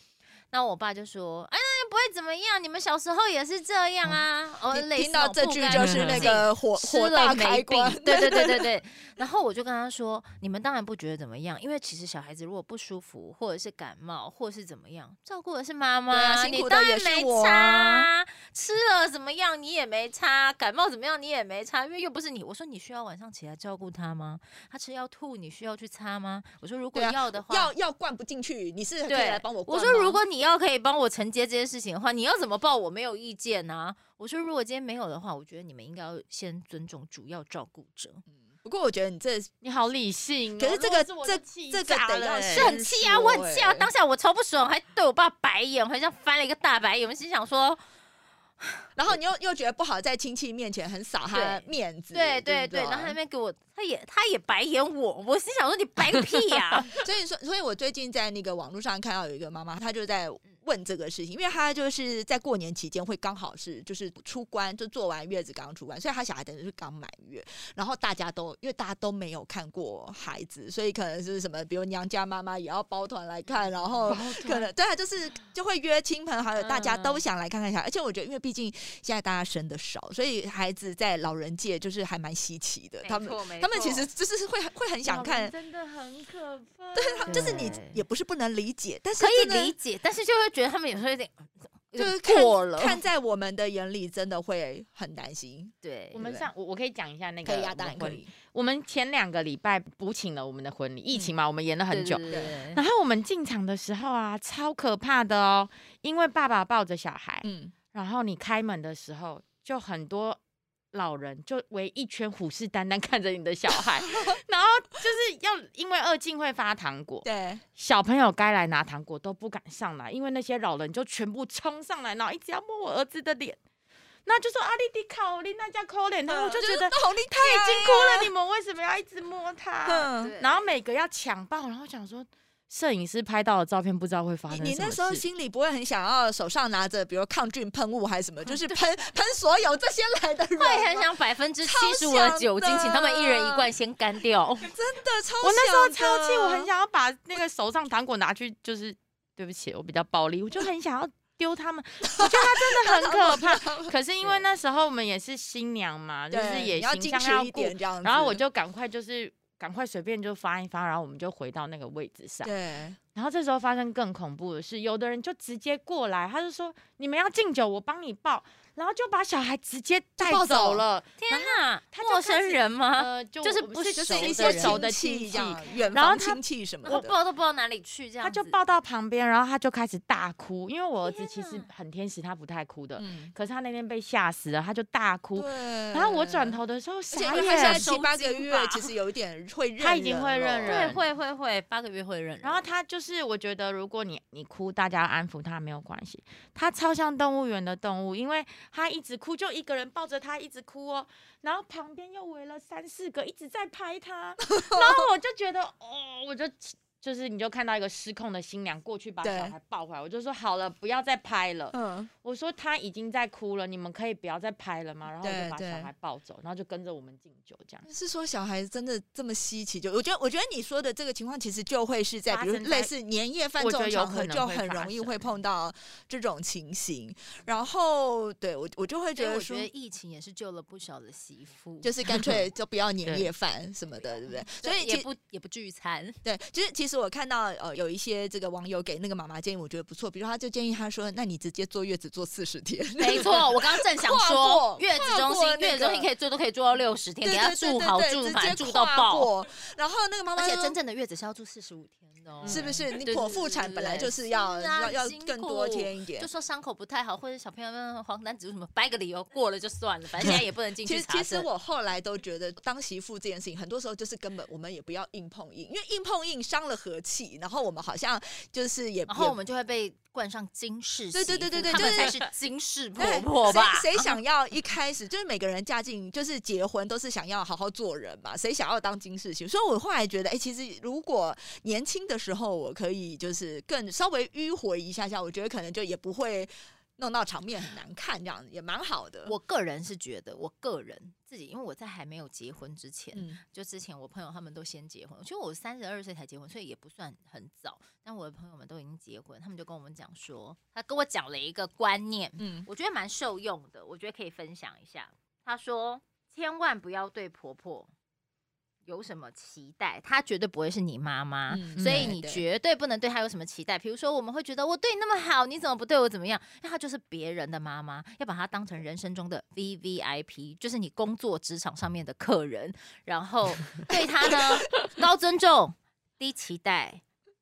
[SPEAKER 4] 那我爸就说：“哎，那又不会怎么样，你们小时候也是这样啊。哦”
[SPEAKER 2] 听
[SPEAKER 4] 类似
[SPEAKER 2] 听到
[SPEAKER 4] 种
[SPEAKER 2] 这
[SPEAKER 4] 不
[SPEAKER 2] 句
[SPEAKER 4] 干
[SPEAKER 2] 就是那
[SPEAKER 4] 净
[SPEAKER 2] 个火
[SPEAKER 4] 吃
[SPEAKER 2] 火大
[SPEAKER 4] 了
[SPEAKER 2] 开
[SPEAKER 4] 没病
[SPEAKER 2] 关，，
[SPEAKER 4] 对对对对对。然后我就跟他说：“你们当然不觉得怎么样，因为其实小孩子如果不舒服，或者是感冒，或者是怎么样，照顾的是妈妈，
[SPEAKER 2] 对啊辛
[SPEAKER 4] 你
[SPEAKER 2] 苦的
[SPEAKER 4] 当
[SPEAKER 2] 也
[SPEAKER 4] 然
[SPEAKER 2] 是
[SPEAKER 4] 没
[SPEAKER 2] 我
[SPEAKER 4] 差
[SPEAKER 2] 啊
[SPEAKER 4] 啊。吃了怎么样你也没差，感冒怎么样你也没差，因为又不是你。我说你需要晚上起来照顾他吗？他吃药吐，你需要去擦吗？我说如果
[SPEAKER 2] 对啊
[SPEAKER 4] 要的 话，
[SPEAKER 2] 要要灌不进去，你是可以
[SPEAKER 4] 对，
[SPEAKER 2] 来帮我
[SPEAKER 4] 我
[SPEAKER 2] 灌
[SPEAKER 4] 说
[SPEAKER 2] 吗
[SPEAKER 4] 如果你要可以帮我承接这些事情的话，你要怎么报我没有意见啊。我说如果今天没有的话，我觉得你们应该要先尊重主要照顾者。
[SPEAKER 2] 不过我觉得你这
[SPEAKER 3] 你好理性哦、
[SPEAKER 2] 可是这个
[SPEAKER 3] 如果我
[SPEAKER 2] 这
[SPEAKER 3] 就气
[SPEAKER 2] 这个
[SPEAKER 3] 炸
[SPEAKER 2] 得
[SPEAKER 3] 了
[SPEAKER 2] 要
[SPEAKER 3] 欸
[SPEAKER 4] 是很气啊，
[SPEAKER 2] 说
[SPEAKER 4] 我很气啊！
[SPEAKER 2] 欸
[SPEAKER 4] 当下我超不爽，还对我爸白眼，我还像翻了一个大白眼。我心想说，
[SPEAKER 2] 然后你又又觉得不好在亲戚面前很扫他
[SPEAKER 4] 对
[SPEAKER 2] 面子，
[SPEAKER 4] 对
[SPEAKER 2] 对
[SPEAKER 4] 对
[SPEAKER 2] 不
[SPEAKER 4] 对，然后他那边给我，他也他也白眼我，我心想说你白个屁呀、
[SPEAKER 2] 所以说，所以我最近在那个网络上看到有一个妈妈，她就在问这个事情，因为她就是在过年期间会刚好是就是出关，就做完月子刚出关，所以她小孩等于是刚满月，然后大家都因为大家都没有看过孩子，所以可能是什么，比如娘家妈妈也要包团来看，然后。
[SPEAKER 3] 哦
[SPEAKER 2] 可能对啊，就是就会约亲朋好友，大家都想来看看小孩。而且我觉得，因为毕竟现在大家生的少，所以孩子在老人界就是还蛮稀奇的。 他们他们其实就是会会很想看，
[SPEAKER 3] 真的很可怕。
[SPEAKER 2] 就是你
[SPEAKER 4] 对
[SPEAKER 2] 也不是不能理解，但是
[SPEAKER 4] 可以
[SPEAKER 2] 真的
[SPEAKER 4] 理解，但是就会觉得他们有时候有点有
[SPEAKER 2] 就是
[SPEAKER 4] 点
[SPEAKER 2] 看
[SPEAKER 4] 过了。
[SPEAKER 2] 看在我们的眼里，真的会很担心。
[SPEAKER 4] 对，
[SPEAKER 3] 我们上我我可以讲一下那个
[SPEAKER 2] 可以啊，
[SPEAKER 3] 我们
[SPEAKER 2] 当
[SPEAKER 3] 的
[SPEAKER 2] 然可
[SPEAKER 3] 婚礼。
[SPEAKER 2] 以。嗯
[SPEAKER 3] 我们前两个礼拜补请了我们的婚礼，疫情嘛，我们延了很
[SPEAKER 4] 对
[SPEAKER 3] 久。
[SPEAKER 4] 对对对
[SPEAKER 3] 然后我们进场的时候啊，超可怕的哦，因为爸爸抱着小孩，
[SPEAKER 2] 嗯，
[SPEAKER 3] 然后你开门的时候，就很多老人就围一圈虎视眈眈看着你的 小孩，然后就是要因为二进会发糖果，
[SPEAKER 2] 对，
[SPEAKER 3] 小朋友该来拿糖果都不敢上来，因为那些老人就全部冲上来，然后一直要摸我儿子的脸，那就说啊阿丽迪考林那家可怜，然后我就觉得
[SPEAKER 2] 好厉啊
[SPEAKER 3] 他已经哭了，你们为什么要一直摸他？
[SPEAKER 2] 害。
[SPEAKER 4] 对
[SPEAKER 3] 然后每个要抢抱，然后想说摄影师拍到的照片不知道会发生
[SPEAKER 2] 你
[SPEAKER 3] 什么事。
[SPEAKER 2] 你那时候心里不会很想要手上拿着，比如抗菌喷雾还是什 么，就是喷喷所有这些来的人吗，
[SPEAKER 4] 会很想百分之七十五
[SPEAKER 2] 超
[SPEAKER 4] 的
[SPEAKER 2] 想
[SPEAKER 4] 酒精，请他们一人一罐先干掉。
[SPEAKER 2] 真的超想的。
[SPEAKER 3] 我那时候超气，我很想要把那个手上糖果拿去，就是对不起，我比较暴力，我就很想要丢 他们，我觉得他真的很可怕。
[SPEAKER 2] 怕，
[SPEAKER 3] 可是因为那时候我们也是新娘嘛，就
[SPEAKER 2] 对，
[SPEAKER 3] 是也
[SPEAKER 2] 你要
[SPEAKER 3] 形
[SPEAKER 2] 矜
[SPEAKER 3] 象
[SPEAKER 2] 持
[SPEAKER 3] 要
[SPEAKER 2] 一
[SPEAKER 3] 顾，
[SPEAKER 2] 点这样子。
[SPEAKER 3] 然后我就赶快就是赶快随便就发一发，然后我们就回到那个位置上。
[SPEAKER 2] 对，
[SPEAKER 3] 然后这时候发生更恐怖的是，有的人就直接过来，他就说你们要敬酒，我帮你抱，然后就把小孩直接带
[SPEAKER 2] 抱走啊
[SPEAKER 3] 了。
[SPEAKER 4] 天哪
[SPEAKER 3] 他，就
[SPEAKER 4] 陌
[SPEAKER 3] 开
[SPEAKER 4] 生
[SPEAKER 3] 始
[SPEAKER 4] 人吗？
[SPEAKER 3] 呃，就
[SPEAKER 4] 就是
[SPEAKER 3] 我们
[SPEAKER 4] 不
[SPEAKER 3] 是
[SPEAKER 2] 就
[SPEAKER 4] 熟
[SPEAKER 2] 是
[SPEAKER 3] 熟
[SPEAKER 2] 一
[SPEAKER 3] 的
[SPEAKER 2] 些
[SPEAKER 3] 熟
[SPEAKER 2] 亲
[SPEAKER 3] 的
[SPEAKER 2] 戚
[SPEAKER 3] 戚
[SPEAKER 2] 这，样，远
[SPEAKER 3] 然后
[SPEAKER 2] 房
[SPEAKER 3] 他
[SPEAKER 2] 亲戚什么
[SPEAKER 4] 我
[SPEAKER 2] 的。
[SPEAKER 4] 抱都呃不知道哪里去，这样
[SPEAKER 3] 他就
[SPEAKER 4] 子
[SPEAKER 3] 抱到旁边，然后他就开始大哭，因为我儿子
[SPEAKER 4] 天
[SPEAKER 3] 其实
[SPEAKER 4] 哪
[SPEAKER 3] 很天使，他不太哭的，
[SPEAKER 2] 啊嗯，
[SPEAKER 3] 可是他那天被吓死了，他就大哭。
[SPEAKER 2] 对。
[SPEAKER 3] 然后我转。头的时候
[SPEAKER 2] 而且因
[SPEAKER 3] 傻
[SPEAKER 2] 为他现在
[SPEAKER 3] 眼，
[SPEAKER 2] 七八个
[SPEAKER 4] 收
[SPEAKER 2] 月
[SPEAKER 4] 紧吧，
[SPEAKER 2] 其实有一 点会认人了，
[SPEAKER 3] 他已经会认人
[SPEAKER 4] 对，会会会，八个月会认人。
[SPEAKER 3] 然后他就是，我觉得如果你你哭，大家安抚他没有关系。他超像动物园的动物，因为他一直哭，就一个人抱着他一直哭哦，然后旁边又围了三四个一直在拍他，然后我就觉得哦，我就就是你就看到一个失控的新娘过去把
[SPEAKER 2] 对
[SPEAKER 3] 小孩抱回来，我就说好了，不要再拍了。
[SPEAKER 2] 嗯，
[SPEAKER 3] 我说他已经在哭了，你们可以不要再拍了吗？然后我
[SPEAKER 2] 对
[SPEAKER 3] 就把
[SPEAKER 2] 对
[SPEAKER 3] 小孩抱走，然后就跟着我们敬酒这样。
[SPEAKER 2] 是说小孩真的这么稀奇？就我觉得，我觉得你说的这个情况，其实就会是在
[SPEAKER 3] 发
[SPEAKER 2] 比如
[SPEAKER 3] 生在
[SPEAKER 2] 类似年夜饭这
[SPEAKER 3] 我觉
[SPEAKER 2] 种
[SPEAKER 3] 得有
[SPEAKER 2] 场合，
[SPEAKER 3] 可能
[SPEAKER 2] 就
[SPEAKER 3] 会
[SPEAKER 2] 很
[SPEAKER 3] 发
[SPEAKER 2] 容易
[SPEAKER 3] 生
[SPEAKER 2] 会碰到这种情形。然后，对我我就会
[SPEAKER 4] 所
[SPEAKER 2] 觉
[SPEAKER 4] 以
[SPEAKER 2] 得
[SPEAKER 4] 我
[SPEAKER 2] 说
[SPEAKER 4] 觉，得疫情也是救了不少的媳妇，
[SPEAKER 2] 就是干 脆就不要年
[SPEAKER 3] 对嗯
[SPEAKER 2] 夜饭什么的，对不对？所以
[SPEAKER 4] 也
[SPEAKER 2] 其
[SPEAKER 4] 不也不 聚餐，
[SPEAKER 2] 对，其实其实我看到呃有一些这个网友给那个妈妈建议，我觉得不错，比如他就建议她说，那你直接坐月子坐四十天，
[SPEAKER 4] 没错。我刚刚正想
[SPEAKER 2] 跨
[SPEAKER 4] 说
[SPEAKER 2] 过，
[SPEAKER 4] 月子
[SPEAKER 2] 跨
[SPEAKER 4] 中
[SPEAKER 2] 过
[SPEAKER 4] 心，
[SPEAKER 2] 那
[SPEAKER 4] 月子中心
[SPEAKER 2] 个
[SPEAKER 4] 可以最多可以做到六十天，
[SPEAKER 2] 对
[SPEAKER 4] 给
[SPEAKER 2] 对
[SPEAKER 4] 他
[SPEAKER 2] 对
[SPEAKER 4] 住
[SPEAKER 2] 对
[SPEAKER 4] 好
[SPEAKER 2] 对
[SPEAKER 4] 住
[SPEAKER 2] 直接
[SPEAKER 4] 满住到
[SPEAKER 2] 跨
[SPEAKER 4] 爆，
[SPEAKER 2] 过。然后那个妈妈
[SPEAKER 4] 而且
[SPEAKER 2] 就
[SPEAKER 4] 真正的月子是要住四十五天的哦，
[SPEAKER 2] 是不是？你
[SPEAKER 4] 对
[SPEAKER 2] 剖
[SPEAKER 4] 对
[SPEAKER 2] 腹
[SPEAKER 4] 对
[SPEAKER 2] 产
[SPEAKER 4] 对
[SPEAKER 2] 本来
[SPEAKER 4] 对
[SPEAKER 2] 就是要
[SPEAKER 4] 是啊
[SPEAKER 2] 要
[SPEAKER 4] 很
[SPEAKER 2] 要
[SPEAKER 4] 辛
[SPEAKER 2] 更多
[SPEAKER 4] 苦
[SPEAKER 2] 天一点
[SPEAKER 4] 就。说伤口不太好，或者小朋友那黄疸指数什么，掰个理由过了就算了，反正现在也不能进
[SPEAKER 2] 其
[SPEAKER 4] 去
[SPEAKER 2] 实，
[SPEAKER 4] 查
[SPEAKER 2] 其实
[SPEAKER 4] 证
[SPEAKER 2] 我后来都觉得，当媳妇这件事情，很多时候就是根本我们也不要硬碰硬，因为硬碰硬伤了和气，然后我们好像就是也
[SPEAKER 4] 然后
[SPEAKER 2] 也
[SPEAKER 4] 我们就会被冠上金氏
[SPEAKER 2] 对对对
[SPEAKER 4] 媳
[SPEAKER 2] 对
[SPEAKER 4] 妇
[SPEAKER 2] 对
[SPEAKER 4] 他们
[SPEAKER 2] 就是
[SPEAKER 4] 才是金氏婆
[SPEAKER 2] 对
[SPEAKER 4] 婆吧？
[SPEAKER 2] 谁谁想要一开始就是每个人嫁进就是结婚都是想要好好做人嘛？谁想要当金世媳妇？所以我后来觉得，哎、其实如果年轻的时候我可以就是更稍微迂回一下下，我觉得可能就也不会弄到场面很难看，这样也蛮好的。
[SPEAKER 4] 我个人是觉得，我个人自己，因为我在还没有结婚之前，
[SPEAKER 2] 嗯，
[SPEAKER 4] 就之前我朋友他们都先结婚，其实我三十二岁才结婚，所以也不算很早。但我的朋友们都已经结婚，他们就跟我们讲说，他跟我讲了一个观念，
[SPEAKER 2] 嗯
[SPEAKER 4] 我觉得蛮受用的，我觉得可以分享一下。他说，千万不要对婆婆有什么期待，她绝对不会是你妈妈，
[SPEAKER 2] 嗯
[SPEAKER 4] 所
[SPEAKER 2] 对
[SPEAKER 4] 以你
[SPEAKER 2] 对
[SPEAKER 4] 绝对不能对她有什么期待。比如说，我们会觉得我对你那么好，你怎么不对我怎么样？那她就是别人的妈妈，要把她当成人生中的 V V I P，就是你工作职场上面的客人，然后对她呢 高尊重、低期待。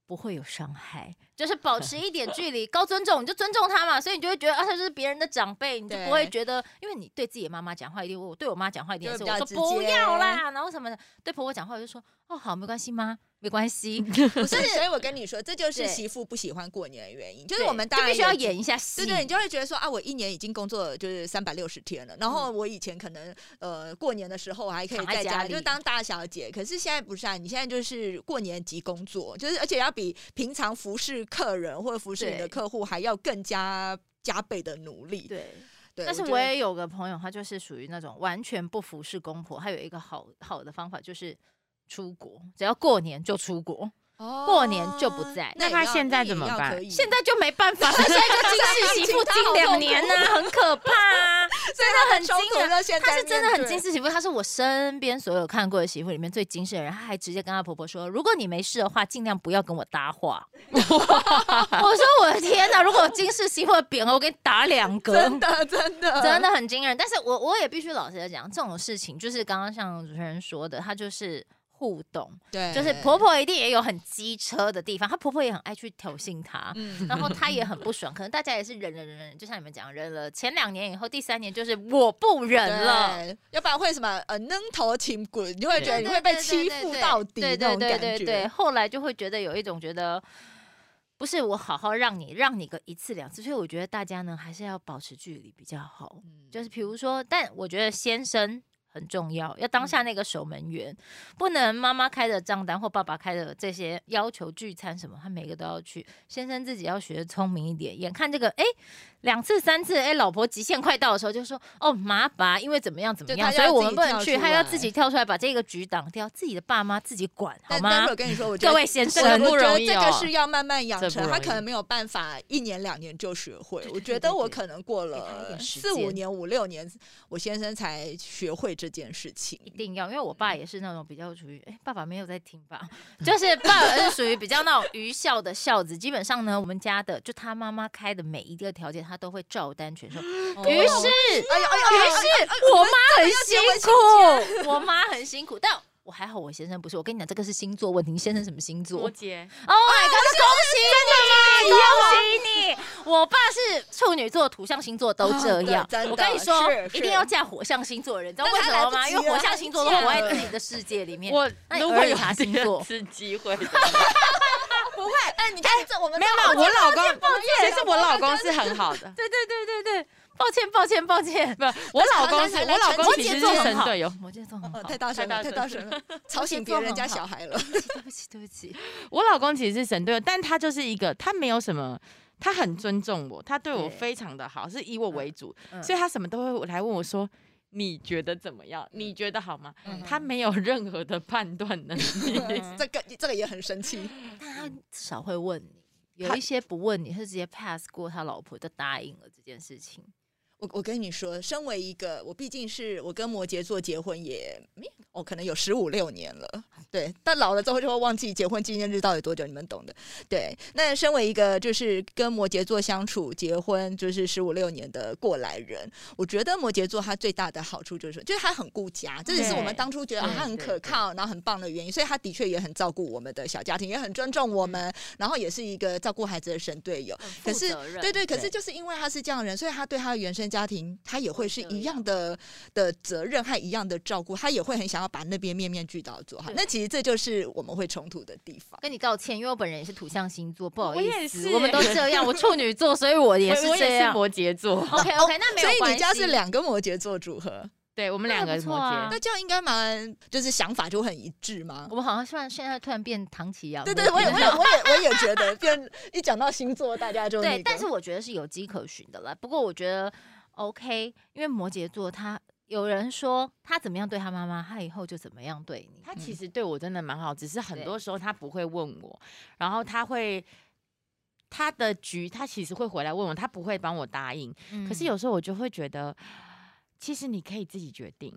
[SPEAKER 4] 不会有伤害，就是保持一点距离，高尊重，你就尊重她嘛，所以你就会觉得啊，她就是别人的长辈，你就不会
[SPEAKER 2] 对
[SPEAKER 4] 觉得，因为你对自己的妈妈讲话一定，我对我妈讲话一定也
[SPEAKER 2] 就
[SPEAKER 4] 是我
[SPEAKER 2] 比较
[SPEAKER 4] 说
[SPEAKER 2] 直
[SPEAKER 4] 不
[SPEAKER 2] 接
[SPEAKER 4] 要啦，然后什么的，对婆婆讲话我就说哦好，没关系妈，没关系，
[SPEAKER 2] 不是， 所以我跟你说，这就是
[SPEAKER 4] 对
[SPEAKER 2] 媳妇不喜欢过年的原因，就
[SPEAKER 4] 就是
[SPEAKER 2] 我们当
[SPEAKER 4] 就
[SPEAKER 2] 然
[SPEAKER 4] 必须要
[SPEAKER 2] 也知
[SPEAKER 4] 演一下戏，
[SPEAKER 2] 对对，你就会觉得说啊，我一年已经工作就是三百六十天了，然后我以前可能呃过年的时候还可以
[SPEAKER 4] 嗯躺在
[SPEAKER 2] 在
[SPEAKER 4] 家
[SPEAKER 2] 家
[SPEAKER 4] 里
[SPEAKER 2] 就当大小姐，可是现在不是啊，你现在就是过年及工作，就是而且要比平常服侍客人或者服侍你的
[SPEAKER 4] 对
[SPEAKER 2] 客户还要更加加倍的努力。
[SPEAKER 4] 对。
[SPEAKER 2] 对，
[SPEAKER 4] 但是
[SPEAKER 2] 觉
[SPEAKER 4] 我
[SPEAKER 2] 得
[SPEAKER 4] 也有个朋友，她就是属于那种完全不服侍公婆，她有一个好好的方法就是。出国，只要过年就出国，过年就不在
[SPEAKER 2] 哦
[SPEAKER 4] 那
[SPEAKER 2] 也
[SPEAKER 3] 他
[SPEAKER 2] 要
[SPEAKER 3] 现在
[SPEAKER 2] 也
[SPEAKER 3] 怎么
[SPEAKER 2] 要
[SPEAKER 3] 办
[SPEAKER 2] 可以
[SPEAKER 4] 现在就没办 法，所以现在就金氏媳妇
[SPEAKER 2] 请她好
[SPEAKER 4] 金两年
[SPEAKER 2] 痛苦
[SPEAKER 4] 呐、啊，很可怕啊，
[SPEAKER 2] 所以
[SPEAKER 4] 真的很
[SPEAKER 2] 冲
[SPEAKER 4] 惊
[SPEAKER 2] 突
[SPEAKER 4] 人。
[SPEAKER 2] 到现在
[SPEAKER 4] 她是真的很
[SPEAKER 2] 面对
[SPEAKER 4] 金氏媳妇，她是我身边所有看过的媳妇里面最精神的人。她还直接跟她婆婆说：“如果你没事的话，尽量不要跟我 搭话。”我说：“我的天哪！如果有金氏媳妇的匾额，我给你打两格。”
[SPEAKER 2] 真的 真的
[SPEAKER 4] 真的很惊人。但是我我也必须老实的讲，这种事情就是刚刚像主持人说的，她就是互动，
[SPEAKER 2] 对，
[SPEAKER 4] 就是婆婆一定也有很机车的地方，她婆婆也很爱去挑衅她。
[SPEAKER 2] 嗯
[SPEAKER 4] 然后她也很不爽，可能大家也是忍忍忍忍，就像你们讲忍了，前两年以后，第三年就是我不忍了，
[SPEAKER 2] 对，要不然会什么呃扔头请滚，你就会觉得你会被欺负到底
[SPEAKER 4] 对
[SPEAKER 2] 那
[SPEAKER 4] 对
[SPEAKER 2] 种
[SPEAKER 4] 对
[SPEAKER 2] 感
[SPEAKER 4] 对
[SPEAKER 2] 觉。
[SPEAKER 4] 对，后来就会觉得有一种觉得。不是我好好让你让你个一次两次，所以我觉得大家呢还是要保持距离比较好。
[SPEAKER 2] 嗯
[SPEAKER 4] 就是比如说，但我觉得先生很重要，要当下那个守门员，不能妈妈开的账单或爸爸开的这些要求聚餐什么，他每个都要去。先生自己要学得聪明一点，眼看这个哎两次三次哎，老婆极限快到的时候，就说哦麻烦，因为怎么样怎么
[SPEAKER 2] 对
[SPEAKER 4] 样，
[SPEAKER 2] 他
[SPEAKER 4] 所以
[SPEAKER 2] 要
[SPEAKER 4] 我
[SPEAKER 2] 自己
[SPEAKER 4] 们不能
[SPEAKER 2] 跳
[SPEAKER 4] 去，
[SPEAKER 2] 出
[SPEAKER 4] 他要
[SPEAKER 2] 来
[SPEAKER 4] 自己跳出来把这个局挡掉，自己的爸妈自己管好
[SPEAKER 2] 但但
[SPEAKER 4] 吗
[SPEAKER 2] 是我？跟你说，我觉
[SPEAKER 4] 各
[SPEAKER 2] 得
[SPEAKER 4] 位先
[SPEAKER 2] 这
[SPEAKER 4] 生
[SPEAKER 2] 个，我
[SPEAKER 4] 我
[SPEAKER 3] 不
[SPEAKER 2] 觉得
[SPEAKER 3] 容易
[SPEAKER 2] 这
[SPEAKER 3] 哦
[SPEAKER 2] 个是要慢慢养
[SPEAKER 3] 这
[SPEAKER 2] 成，
[SPEAKER 3] 不
[SPEAKER 2] 他
[SPEAKER 3] 容
[SPEAKER 2] 可能
[SPEAKER 3] 易
[SPEAKER 2] 没有办法一年两年就学会
[SPEAKER 4] 对。对
[SPEAKER 2] 我觉
[SPEAKER 4] 对
[SPEAKER 2] 得
[SPEAKER 4] 对
[SPEAKER 2] 我
[SPEAKER 4] 对
[SPEAKER 2] 可能过
[SPEAKER 4] 给他一
[SPEAKER 2] 了
[SPEAKER 4] 点时
[SPEAKER 2] 四五
[SPEAKER 4] 间
[SPEAKER 2] 年、五六年，我先生才学会这件事情。
[SPEAKER 4] 一定要，因为我爸也是那种比较属于，哎、爸爸没有在听吧，就是爸爸是属于比较那种愚孝的孝子。基本上呢，我们家的就他妈妈开的每一个条件，他都会照单全收。于
[SPEAKER 2] 哦哎呀
[SPEAKER 4] 是，
[SPEAKER 2] 哎呀，
[SPEAKER 4] 于
[SPEAKER 2] 哎呀
[SPEAKER 4] 是我妈很辛苦，我妈很辛苦，但。我还好，我先生不是。我跟你讲，这个是星座问题。你先生什么星座？
[SPEAKER 3] 摩
[SPEAKER 4] 哦，
[SPEAKER 3] 羯，
[SPEAKER 4] my god！恭喜你，恭喜你！我爸是处女座、土象星座都
[SPEAKER 2] 啊
[SPEAKER 4] 这
[SPEAKER 2] 对
[SPEAKER 4] 样
[SPEAKER 2] 真。
[SPEAKER 4] 我
[SPEAKER 2] 的
[SPEAKER 4] 跟你说
[SPEAKER 2] 是，
[SPEAKER 4] 一定
[SPEAKER 2] 是
[SPEAKER 4] 要嫁火象星座的人，你知道
[SPEAKER 2] 但
[SPEAKER 4] 为
[SPEAKER 2] 他
[SPEAKER 4] 什
[SPEAKER 2] 来
[SPEAKER 4] 么
[SPEAKER 2] 不
[SPEAKER 4] 吗？因
[SPEAKER 2] 及
[SPEAKER 4] 为火
[SPEAKER 2] 了
[SPEAKER 4] 象星座都活在
[SPEAKER 2] 嫁了
[SPEAKER 4] 自己的世界里面。
[SPEAKER 3] 我
[SPEAKER 4] 那你
[SPEAKER 3] 如
[SPEAKER 4] 儿
[SPEAKER 3] 果
[SPEAKER 4] 子
[SPEAKER 3] 有
[SPEAKER 4] 啥
[SPEAKER 3] 这
[SPEAKER 4] 星
[SPEAKER 3] 个
[SPEAKER 4] 座
[SPEAKER 3] 次机会的话，
[SPEAKER 2] 不会，哎，你看这我们
[SPEAKER 3] 没有
[SPEAKER 2] 这
[SPEAKER 3] 没有，我老公
[SPEAKER 2] 歉
[SPEAKER 3] 其实我老公是很好的，
[SPEAKER 4] 对对对对对，抱歉抱歉抱歉，
[SPEAKER 3] 不，我老
[SPEAKER 2] 好
[SPEAKER 3] 公
[SPEAKER 2] 难
[SPEAKER 3] 是
[SPEAKER 2] 才来
[SPEAKER 3] 我老公
[SPEAKER 2] 成
[SPEAKER 3] 其
[SPEAKER 2] 亲
[SPEAKER 3] 实
[SPEAKER 2] 做
[SPEAKER 3] 是
[SPEAKER 2] 很
[SPEAKER 3] 神
[SPEAKER 4] 好
[SPEAKER 3] 队友，
[SPEAKER 4] 摩羯座很好
[SPEAKER 2] 呃，太大声了，太
[SPEAKER 3] 太
[SPEAKER 2] 大
[SPEAKER 3] 大
[SPEAKER 2] 声
[SPEAKER 3] 声
[SPEAKER 2] 了，吵醒
[SPEAKER 4] 摩羯
[SPEAKER 2] 别
[SPEAKER 4] 座
[SPEAKER 2] 人
[SPEAKER 4] 很
[SPEAKER 2] 家
[SPEAKER 4] 好
[SPEAKER 2] 小孩 了。
[SPEAKER 4] 对不起对不起对不起，
[SPEAKER 3] 我老公其实是神队友，但他就是一个他没有什么。他很尊重我，他对
[SPEAKER 4] 对
[SPEAKER 3] 我非常的好，是以我为主，
[SPEAKER 4] 嗯
[SPEAKER 3] 所以他什么都会来问我说：“你觉得怎么样？你觉得好吗？”
[SPEAKER 4] 嗯
[SPEAKER 3] 他没有任何的判断 能力，
[SPEAKER 4] 嗯
[SPEAKER 2] 这个这个也很生气，
[SPEAKER 4] 但他至少会问你，有
[SPEAKER 3] 他
[SPEAKER 4] 一些不问你，他是直接 pass 过他老婆就答应了这件事情。
[SPEAKER 2] 我我跟你说，身为一个我毕竟是我跟摩羯座结婚也，我、哦、可能有十五六年了，对。但老了之后就会忘记结婚纪念日到底多久，你们懂的。对。那身为一个就是跟摩羯座相处、结婚就是十五六年的过来人，我觉得摩羯座他最大的好处就是，就是他很顾家，这也是我们当初觉得、
[SPEAKER 3] 对
[SPEAKER 2] 啊、他很
[SPEAKER 3] 对
[SPEAKER 2] 可
[SPEAKER 3] 对
[SPEAKER 2] 靠，然后很棒的原因。所以他的确也很照顾我们的小家庭，也很尊重我
[SPEAKER 3] 嗯
[SPEAKER 2] 们，然后也是一个照顾孩子的神队友。可
[SPEAKER 4] 很负
[SPEAKER 2] 是
[SPEAKER 4] 责任
[SPEAKER 2] 对对，可是
[SPEAKER 3] 对
[SPEAKER 2] 就是因为他是这样的人，所以他对他的原生家庭，他也会是
[SPEAKER 4] 这
[SPEAKER 2] 一样
[SPEAKER 4] 样
[SPEAKER 2] 的的责任和一样的照顾，他也会很想要把那边面面俱到做好。
[SPEAKER 4] 对
[SPEAKER 2] 那其实这就是我们会冲突的地方。
[SPEAKER 4] 跟你道歉，因为我本人也是土象星座，不好
[SPEAKER 3] 我
[SPEAKER 4] 意思，
[SPEAKER 3] 也是
[SPEAKER 4] 我们都这样，我处女座，所以我也
[SPEAKER 3] 我
[SPEAKER 4] 是
[SPEAKER 3] 我
[SPEAKER 4] 这
[SPEAKER 3] 也是
[SPEAKER 4] 样。
[SPEAKER 3] 摩羯座，
[SPEAKER 4] OK
[SPEAKER 2] 哦
[SPEAKER 4] OK，那没有
[SPEAKER 2] 所以
[SPEAKER 4] 关
[SPEAKER 2] 你
[SPEAKER 4] 系嗯
[SPEAKER 2] 家是两个摩羯座组合，
[SPEAKER 3] 对我们
[SPEAKER 4] 那
[SPEAKER 3] 两
[SPEAKER 4] 还
[SPEAKER 3] 个
[SPEAKER 4] 不
[SPEAKER 3] 摩
[SPEAKER 4] 错啊
[SPEAKER 3] 羯，
[SPEAKER 2] 那这样应该蛮就是想法就很一致吗？
[SPEAKER 4] 我们好像突然现在突然变唐奇阳，
[SPEAKER 2] 对对， 我也我也我也我也觉得， 变一讲到星座，大家就那
[SPEAKER 4] 对，
[SPEAKER 2] 个
[SPEAKER 4] 但是我觉得是有迹可循的啦。不过我觉得 OK，因为摩羯座他有人说他怎么样对他妈妈，他以后就怎么样对你。
[SPEAKER 3] 他
[SPEAKER 2] 嗯
[SPEAKER 3] 其实对我真的蛮好，只是很
[SPEAKER 4] 对
[SPEAKER 3] 多时候他不会问我，然后他会他的局，他其实会回来问我，他不会帮我答应。可是
[SPEAKER 4] 嗯
[SPEAKER 3] 有时候我就会觉得，其实你可以自己决定，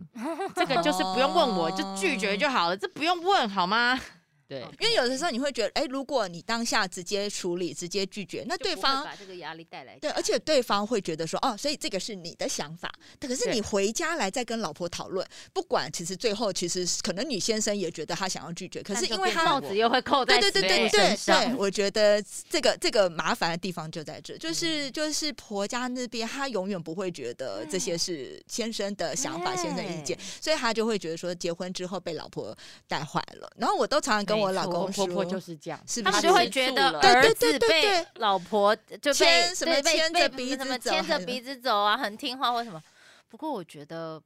[SPEAKER 3] 这个就是不用问我，就拒绝就好了，这不用问好吗？哦对
[SPEAKER 4] 好，
[SPEAKER 2] 因为有的时候你会觉得，哎，如果你当下直接处理、直接拒绝，那
[SPEAKER 4] 就不
[SPEAKER 2] 对
[SPEAKER 4] 会
[SPEAKER 2] 方
[SPEAKER 4] 把这个压力带来
[SPEAKER 2] 对，
[SPEAKER 4] 家
[SPEAKER 2] 而且对方会觉得说，哦，所以这个是你的想法，但可是
[SPEAKER 3] 对
[SPEAKER 2] 你回家来再跟老婆讨论，不管其实最后其实可能你先生也觉得他想要拒绝，可
[SPEAKER 4] 但
[SPEAKER 2] 是
[SPEAKER 4] 就
[SPEAKER 2] 因为
[SPEAKER 4] 变
[SPEAKER 2] 他
[SPEAKER 4] 帽子又会扣在
[SPEAKER 2] 对对对对
[SPEAKER 4] 媳妇
[SPEAKER 2] 对
[SPEAKER 4] 身上
[SPEAKER 2] 对，我觉得这个这个麻烦的地方就在这，
[SPEAKER 3] 嗯
[SPEAKER 2] 就是就是婆家那边，他永远不会觉得这些是先生的想法、先生的意
[SPEAKER 3] 哎
[SPEAKER 2] 见，所以他就会觉得说结婚之后被老婆带坏了。然后我都常常跟
[SPEAKER 3] 没
[SPEAKER 2] 我老
[SPEAKER 3] 错
[SPEAKER 2] 公说，
[SPEAKER 3] 婆婆就是这样，
[SPEAKER 2] 是不
[SPEAKER 4] 他们
[SPEAKER 2] 是
[SPEAKER 4] 就会觉得
[SPEAKER 2] 对
[SPEAKER 3] 对
[SPEAKER 4] 儿
[SPEAKER 2] 对对
[SPEAKER 4] 子
[SPEAKER 2] 对
[SPEAKER 4] 被老婆就被
[SPEAKER 2] 牵什么
[SPEAKER 4] 对被
[SPEAKER 2] 牵
[SPEAKER 4] 被
[SPEAKER 2] 着鼻
[SPEAKER 4] 什
[SPEAKER 2] 子
[SPEAKER 4] 么
[SPEAKER 2] 走
[SPEAKER 4] 牵着
[SPEAKER 2] 很
[SPEAKER 4] 鼻子走啊，很听话或什么。不过我觉得。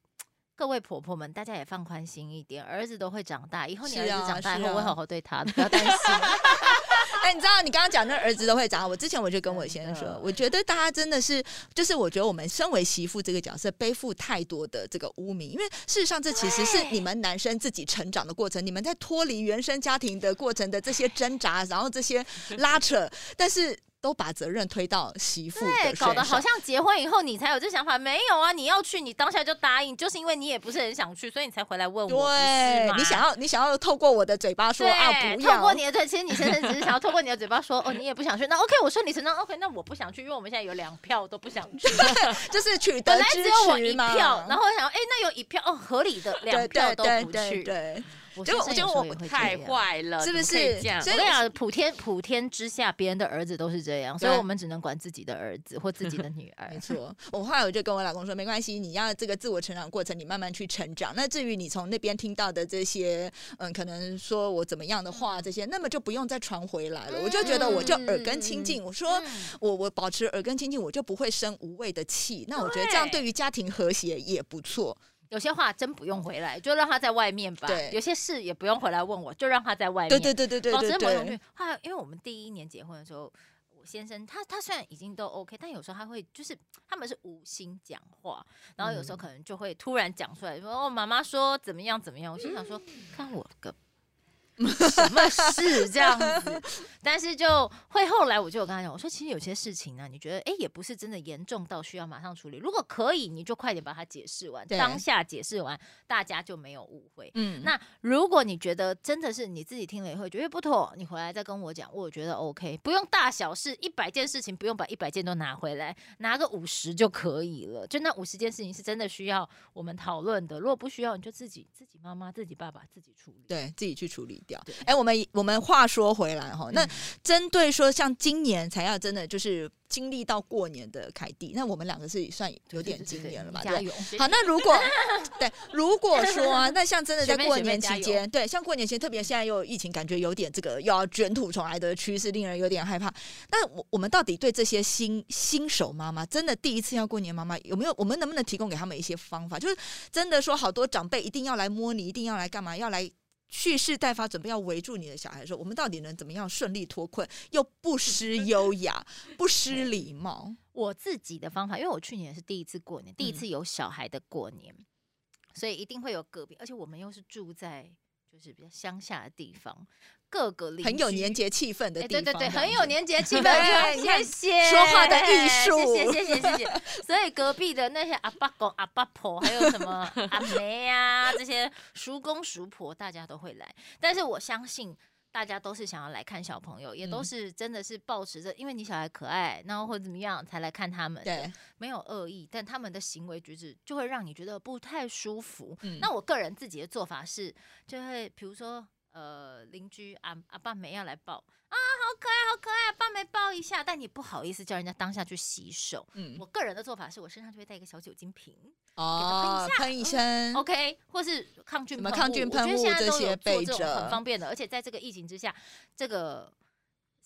[SPEAKER 4] 各位婆婆们，大家也放宽心一点，儿子都会长大，以后你
[SPEAKER 2] 是
[SPEAKER 4] 儿
[SPEAKER 2] 啊
[SPEAKER 4] 子长大以
[SPEAKER 2] 是
[SPEAKER 4] 后，我会
[SPEAKER 2] 啊
[SPEAKER 4] 好好对他的，不要 担心。
[SPEAKER 2] 哎，你知道你刚刚讲那儿子都会长，我之前我就跟我先生
[SPEAKER 4] 真
[SPEAKER 2] 说
[SPEAKER 4] 的，
[SPEAKER 2] 我觉得大家真的是，就是我觉得我们身为媳妇这个角色背负太多的这个污名，因为事实上这其实是你们男生自己成长的过程，你们在脱离原生家庭的过程的这些挣扎，然后这些拉扯，但是都把责任推到媳妇
[SPEAKER 4] 对，
[SPEAKER 2] 的
[SPEAKER 4] 搞得
[SPEAKER 2] 身
[SPEAKER 4] 好
[SPEAKER 2] 上。
[SPEAKER 4] 像结婚以后你才有这想法，没有啊？你要去，你当下就答应，就是因为你也不是很想去，所以你才回来问我，
[SPEAKER 2] 对你想
[SPEAKER 4] 要
[SPEAKER 2] 要，你想要透过我的嘴巴说啊，不要。
[SPEAKER 4] 透过你的对，其实你先生只是想要透过你的嘴巴说，哦，你也不想去，那 OK，我顺理成章，OK，那我不想去，因为我们现在有两票都不想去，
[SPEAKER 2] 就是取得
[SPEAKER 4] 本来
[SPEAKER 2] 支
[SPEAKER 4] 只有我
[SPEAKER 2] 持
[SPEAKER 4] 一
[SPEAKER 2] 嘛
[SPEAKER 4] 票，然后我想，哎，那有一票，哦，合理的两
[SPEAKER 2] 对对
[SPEAKER 4] 票都不
[SPEAKER 2] 对
[SPEAKER 4] 去，
[SPEAKER 2] 对对，
[SPEAKER 4] 我
[SPEAKER 2] 结
[SPEAKER 4] 先
[SPEAKER 2] 果
[SPEAKER 4] 生
[SPEAKER 2] 结
[SPEAKER 4] 有
[SPEAKER 2] 果
[SPEAKER 4] 时候
[SPEAKER 2] 我
[SPEAKER 4] 也会这
[SPEAKER 3] 太
[SPEAKER 4] 样。
[SPEAKER 3] 坏了，
[SPEAKER 2] 是不
[SPEAKER 3] 怎么可以
[SPEAKER 2] 是
[SPEAKER 3] 这样
[SPEAKER 2] 所
[SPEAKER 4] 我
[SPEAKER 2] 以
[SPEAKER 4] 跟你讲，普天普天之下，别人的儿子都是这样，所以
[SPEAKER 2] 对
[SPEAKER 4] 我们只能管自己的儿子或自己的女儿
[SPEAKER 2] 没。错，我后来我就跟我老公说，没关系，你要这个自我成长过程，你慢慢去成长。那至于你从那边听到的这些，嗯，可能说我怎么样的话，这些，那么就不用再传回来了。我就觉得我就耳根清净，我说
[SPEAKER 4] 嗯
[SPEAKER 2] 我我保持耳根清净，我就不会生无谓的气。那我觉得这样对于家庭和谐也不错。
[SPEAKER 4] 有些话真不用回来，就让他在外面吧。
[SPEAKER 2] 对
[SPEAKER 4] 有些事也不用回来问我，就让他在外面。
[SPEAKER 2] 对对对对对
[SPEAKER 4] 哎保
[SPEAKER 2] 对
[SPEAKER 4] 持某种距
[SPEAKER 2] 对
[SPEAKER 4] 离。，后来因为我们第一年结婚的时候，我先生他他虽然已经都 OK，但有时候他会就是他们是无心讲话，然后有时
[SPEAKER 2] 嗯
[SPEAKER 4] 候可能就会突然讲出来说：“哦，妈妈说怎么样怎么样。”我心想说：“看我个什么事这样子？” 但是就会后来我就有跟他讲，我说：“其实有些事情呢、你觉得哎、诶也不是真的严重到需要马上处理，如果可以，你就快点把它解释完，
[SPEAKER 2] 对
[SPEAKER 4] 当下解释完，大家就没有误会。”
[SPEAKER 2] 嗯，
[SPEAKER 4] 那如果你觉得真的是你自己听了以后觉得哎不妥，你回来再跟我讲，我觉得 OK，不用大小事，一百件事情不用把一百件都拿回来，拿个五十就可以了。就那五十件事情是真的需要我们讨论的，如果不需要，你就自己自己妈妈、自己爸爸自己处理。
[SPEAKER 2] 对自己去处理掉。
[SPEAKER 4] 对嗯
[SPEAKER 2] 哎、我们我们话说回来哈，那针对说像今年才要真的就是经历到过年的凯蒂，那我们两个是算有点
[SPEAKER 4] 对对
[SPEAKER 2] 经
[SPEAKER 4] 对
[SPEAKER 2] 验了
[SPEAKER 4] 你
[SPEAKER 2] 嘛？
[SPEAKER 4] 加
[SPEAKER 2] 对。
[SPEAKER 4] 油！
[SPEAKER 2] 好，那如果 对，如果说啊，那像真的在
[SPEAKER 4] 学妹
[SPEAKER 2] 过
[SPEAKER 4] 学妹
[SPEAKER 2] 年
[SPEAKER 4] 加
[SPEAKER 2] 期
[SPEAKER 4] 油
[SPEAKER 2] 间，对，像过年前，特别现在又有疫情，感觉有点这个又要卷土重来的趋势，令人有点害怕。那我我们到底对这些新新手妈妈，真的第一次要过年妈妈，有没有我们能不能提供给他们一些方法？就是真的说，好多长辈一定要来摸你，一定要来干嘛，要来蓄势待发，准备要围住你的小孩的时候，我们到底能怎么样顺利脱困，又不失优雅，不失礼 貌？
[SPEAKER 4] 我自己的方法，因为我去年是第一次过年，
[SPEAKER 2] 嗯
[SPEAKER 4] 第一次有小孩的过年，所以一定会有个别，而且我们又是住在。就是比较乡下的地方，各个邻
[SPEAKER 2] 很有
[SPEAKER 4] 居
[SPEAKER 2] 年节气氛的
[SPEAKER 4] 哎
[SPEAKER 2] 地方，
[SPEAKER 4] 对对对，
[SPEAKER 2] 这样
[SPEAKER 4] 很有
[SPEAKER 2] 子
[SPEAKER 4] 年节气
[SPEAKER 2] 对
[SPEAKER 4] 氛。
[SPEAKER 2] 你看
[SPEAKER 4] 谢谢哎
[SPEAKER 2] 说话的艺术
[SPEAKER 4] 谢谢谢谢谢谢。所以隔壁的那些阿爸公、阿爸婆，还有 什么阿梅啊，这些叔公叔婆，大家都会来。但是我相信。大家都是想要来看小朋友，也都
[SPEAKER 2] 嗯
[SPEAKER 4] 是真的是抱持着，因为你小孩可爱，然后或怎么样才来看他们。
[SPEAKER 2] 对，
[SPEAKER 4] 没有恶意，但他们的行为举止就会让你觉得不太舒服。
[SPEAKER 2] 嗯
[SPEAKER 4] 那我个人自己的做法是，就会比如说，呃，邻居阿阿爸梅要来抱啊，好可爱，好可爱，爸梅抱一下，但你不好意思叫人家当下去洗手。
[SPEAKER 2] 嗯
[SPEAKER 4] 我个人的做法是我身上就会带一个小酒精瓶、
[SPEAKER 2] 哦，喷一身，
[SPEAKER 4] o k 或是抗菌
[SPEAKER 2] 什么
[SPEAKER 4] 喷雾。
[SPEAKER 2] 抗菌喷
[SPEAKER 4] 我觉得现
[SPEAKER 2] 雾这
[SPEAKER 4] 在都有
[SPEAKER 2] 些
[SPEAKER 4] 做
[SPEAKER 2] 备
[SPEAKER 4] 这种
[SPEAKER 2] 着
[SPEAKER 4] 很方便的，而且在这个疫情之下，这个。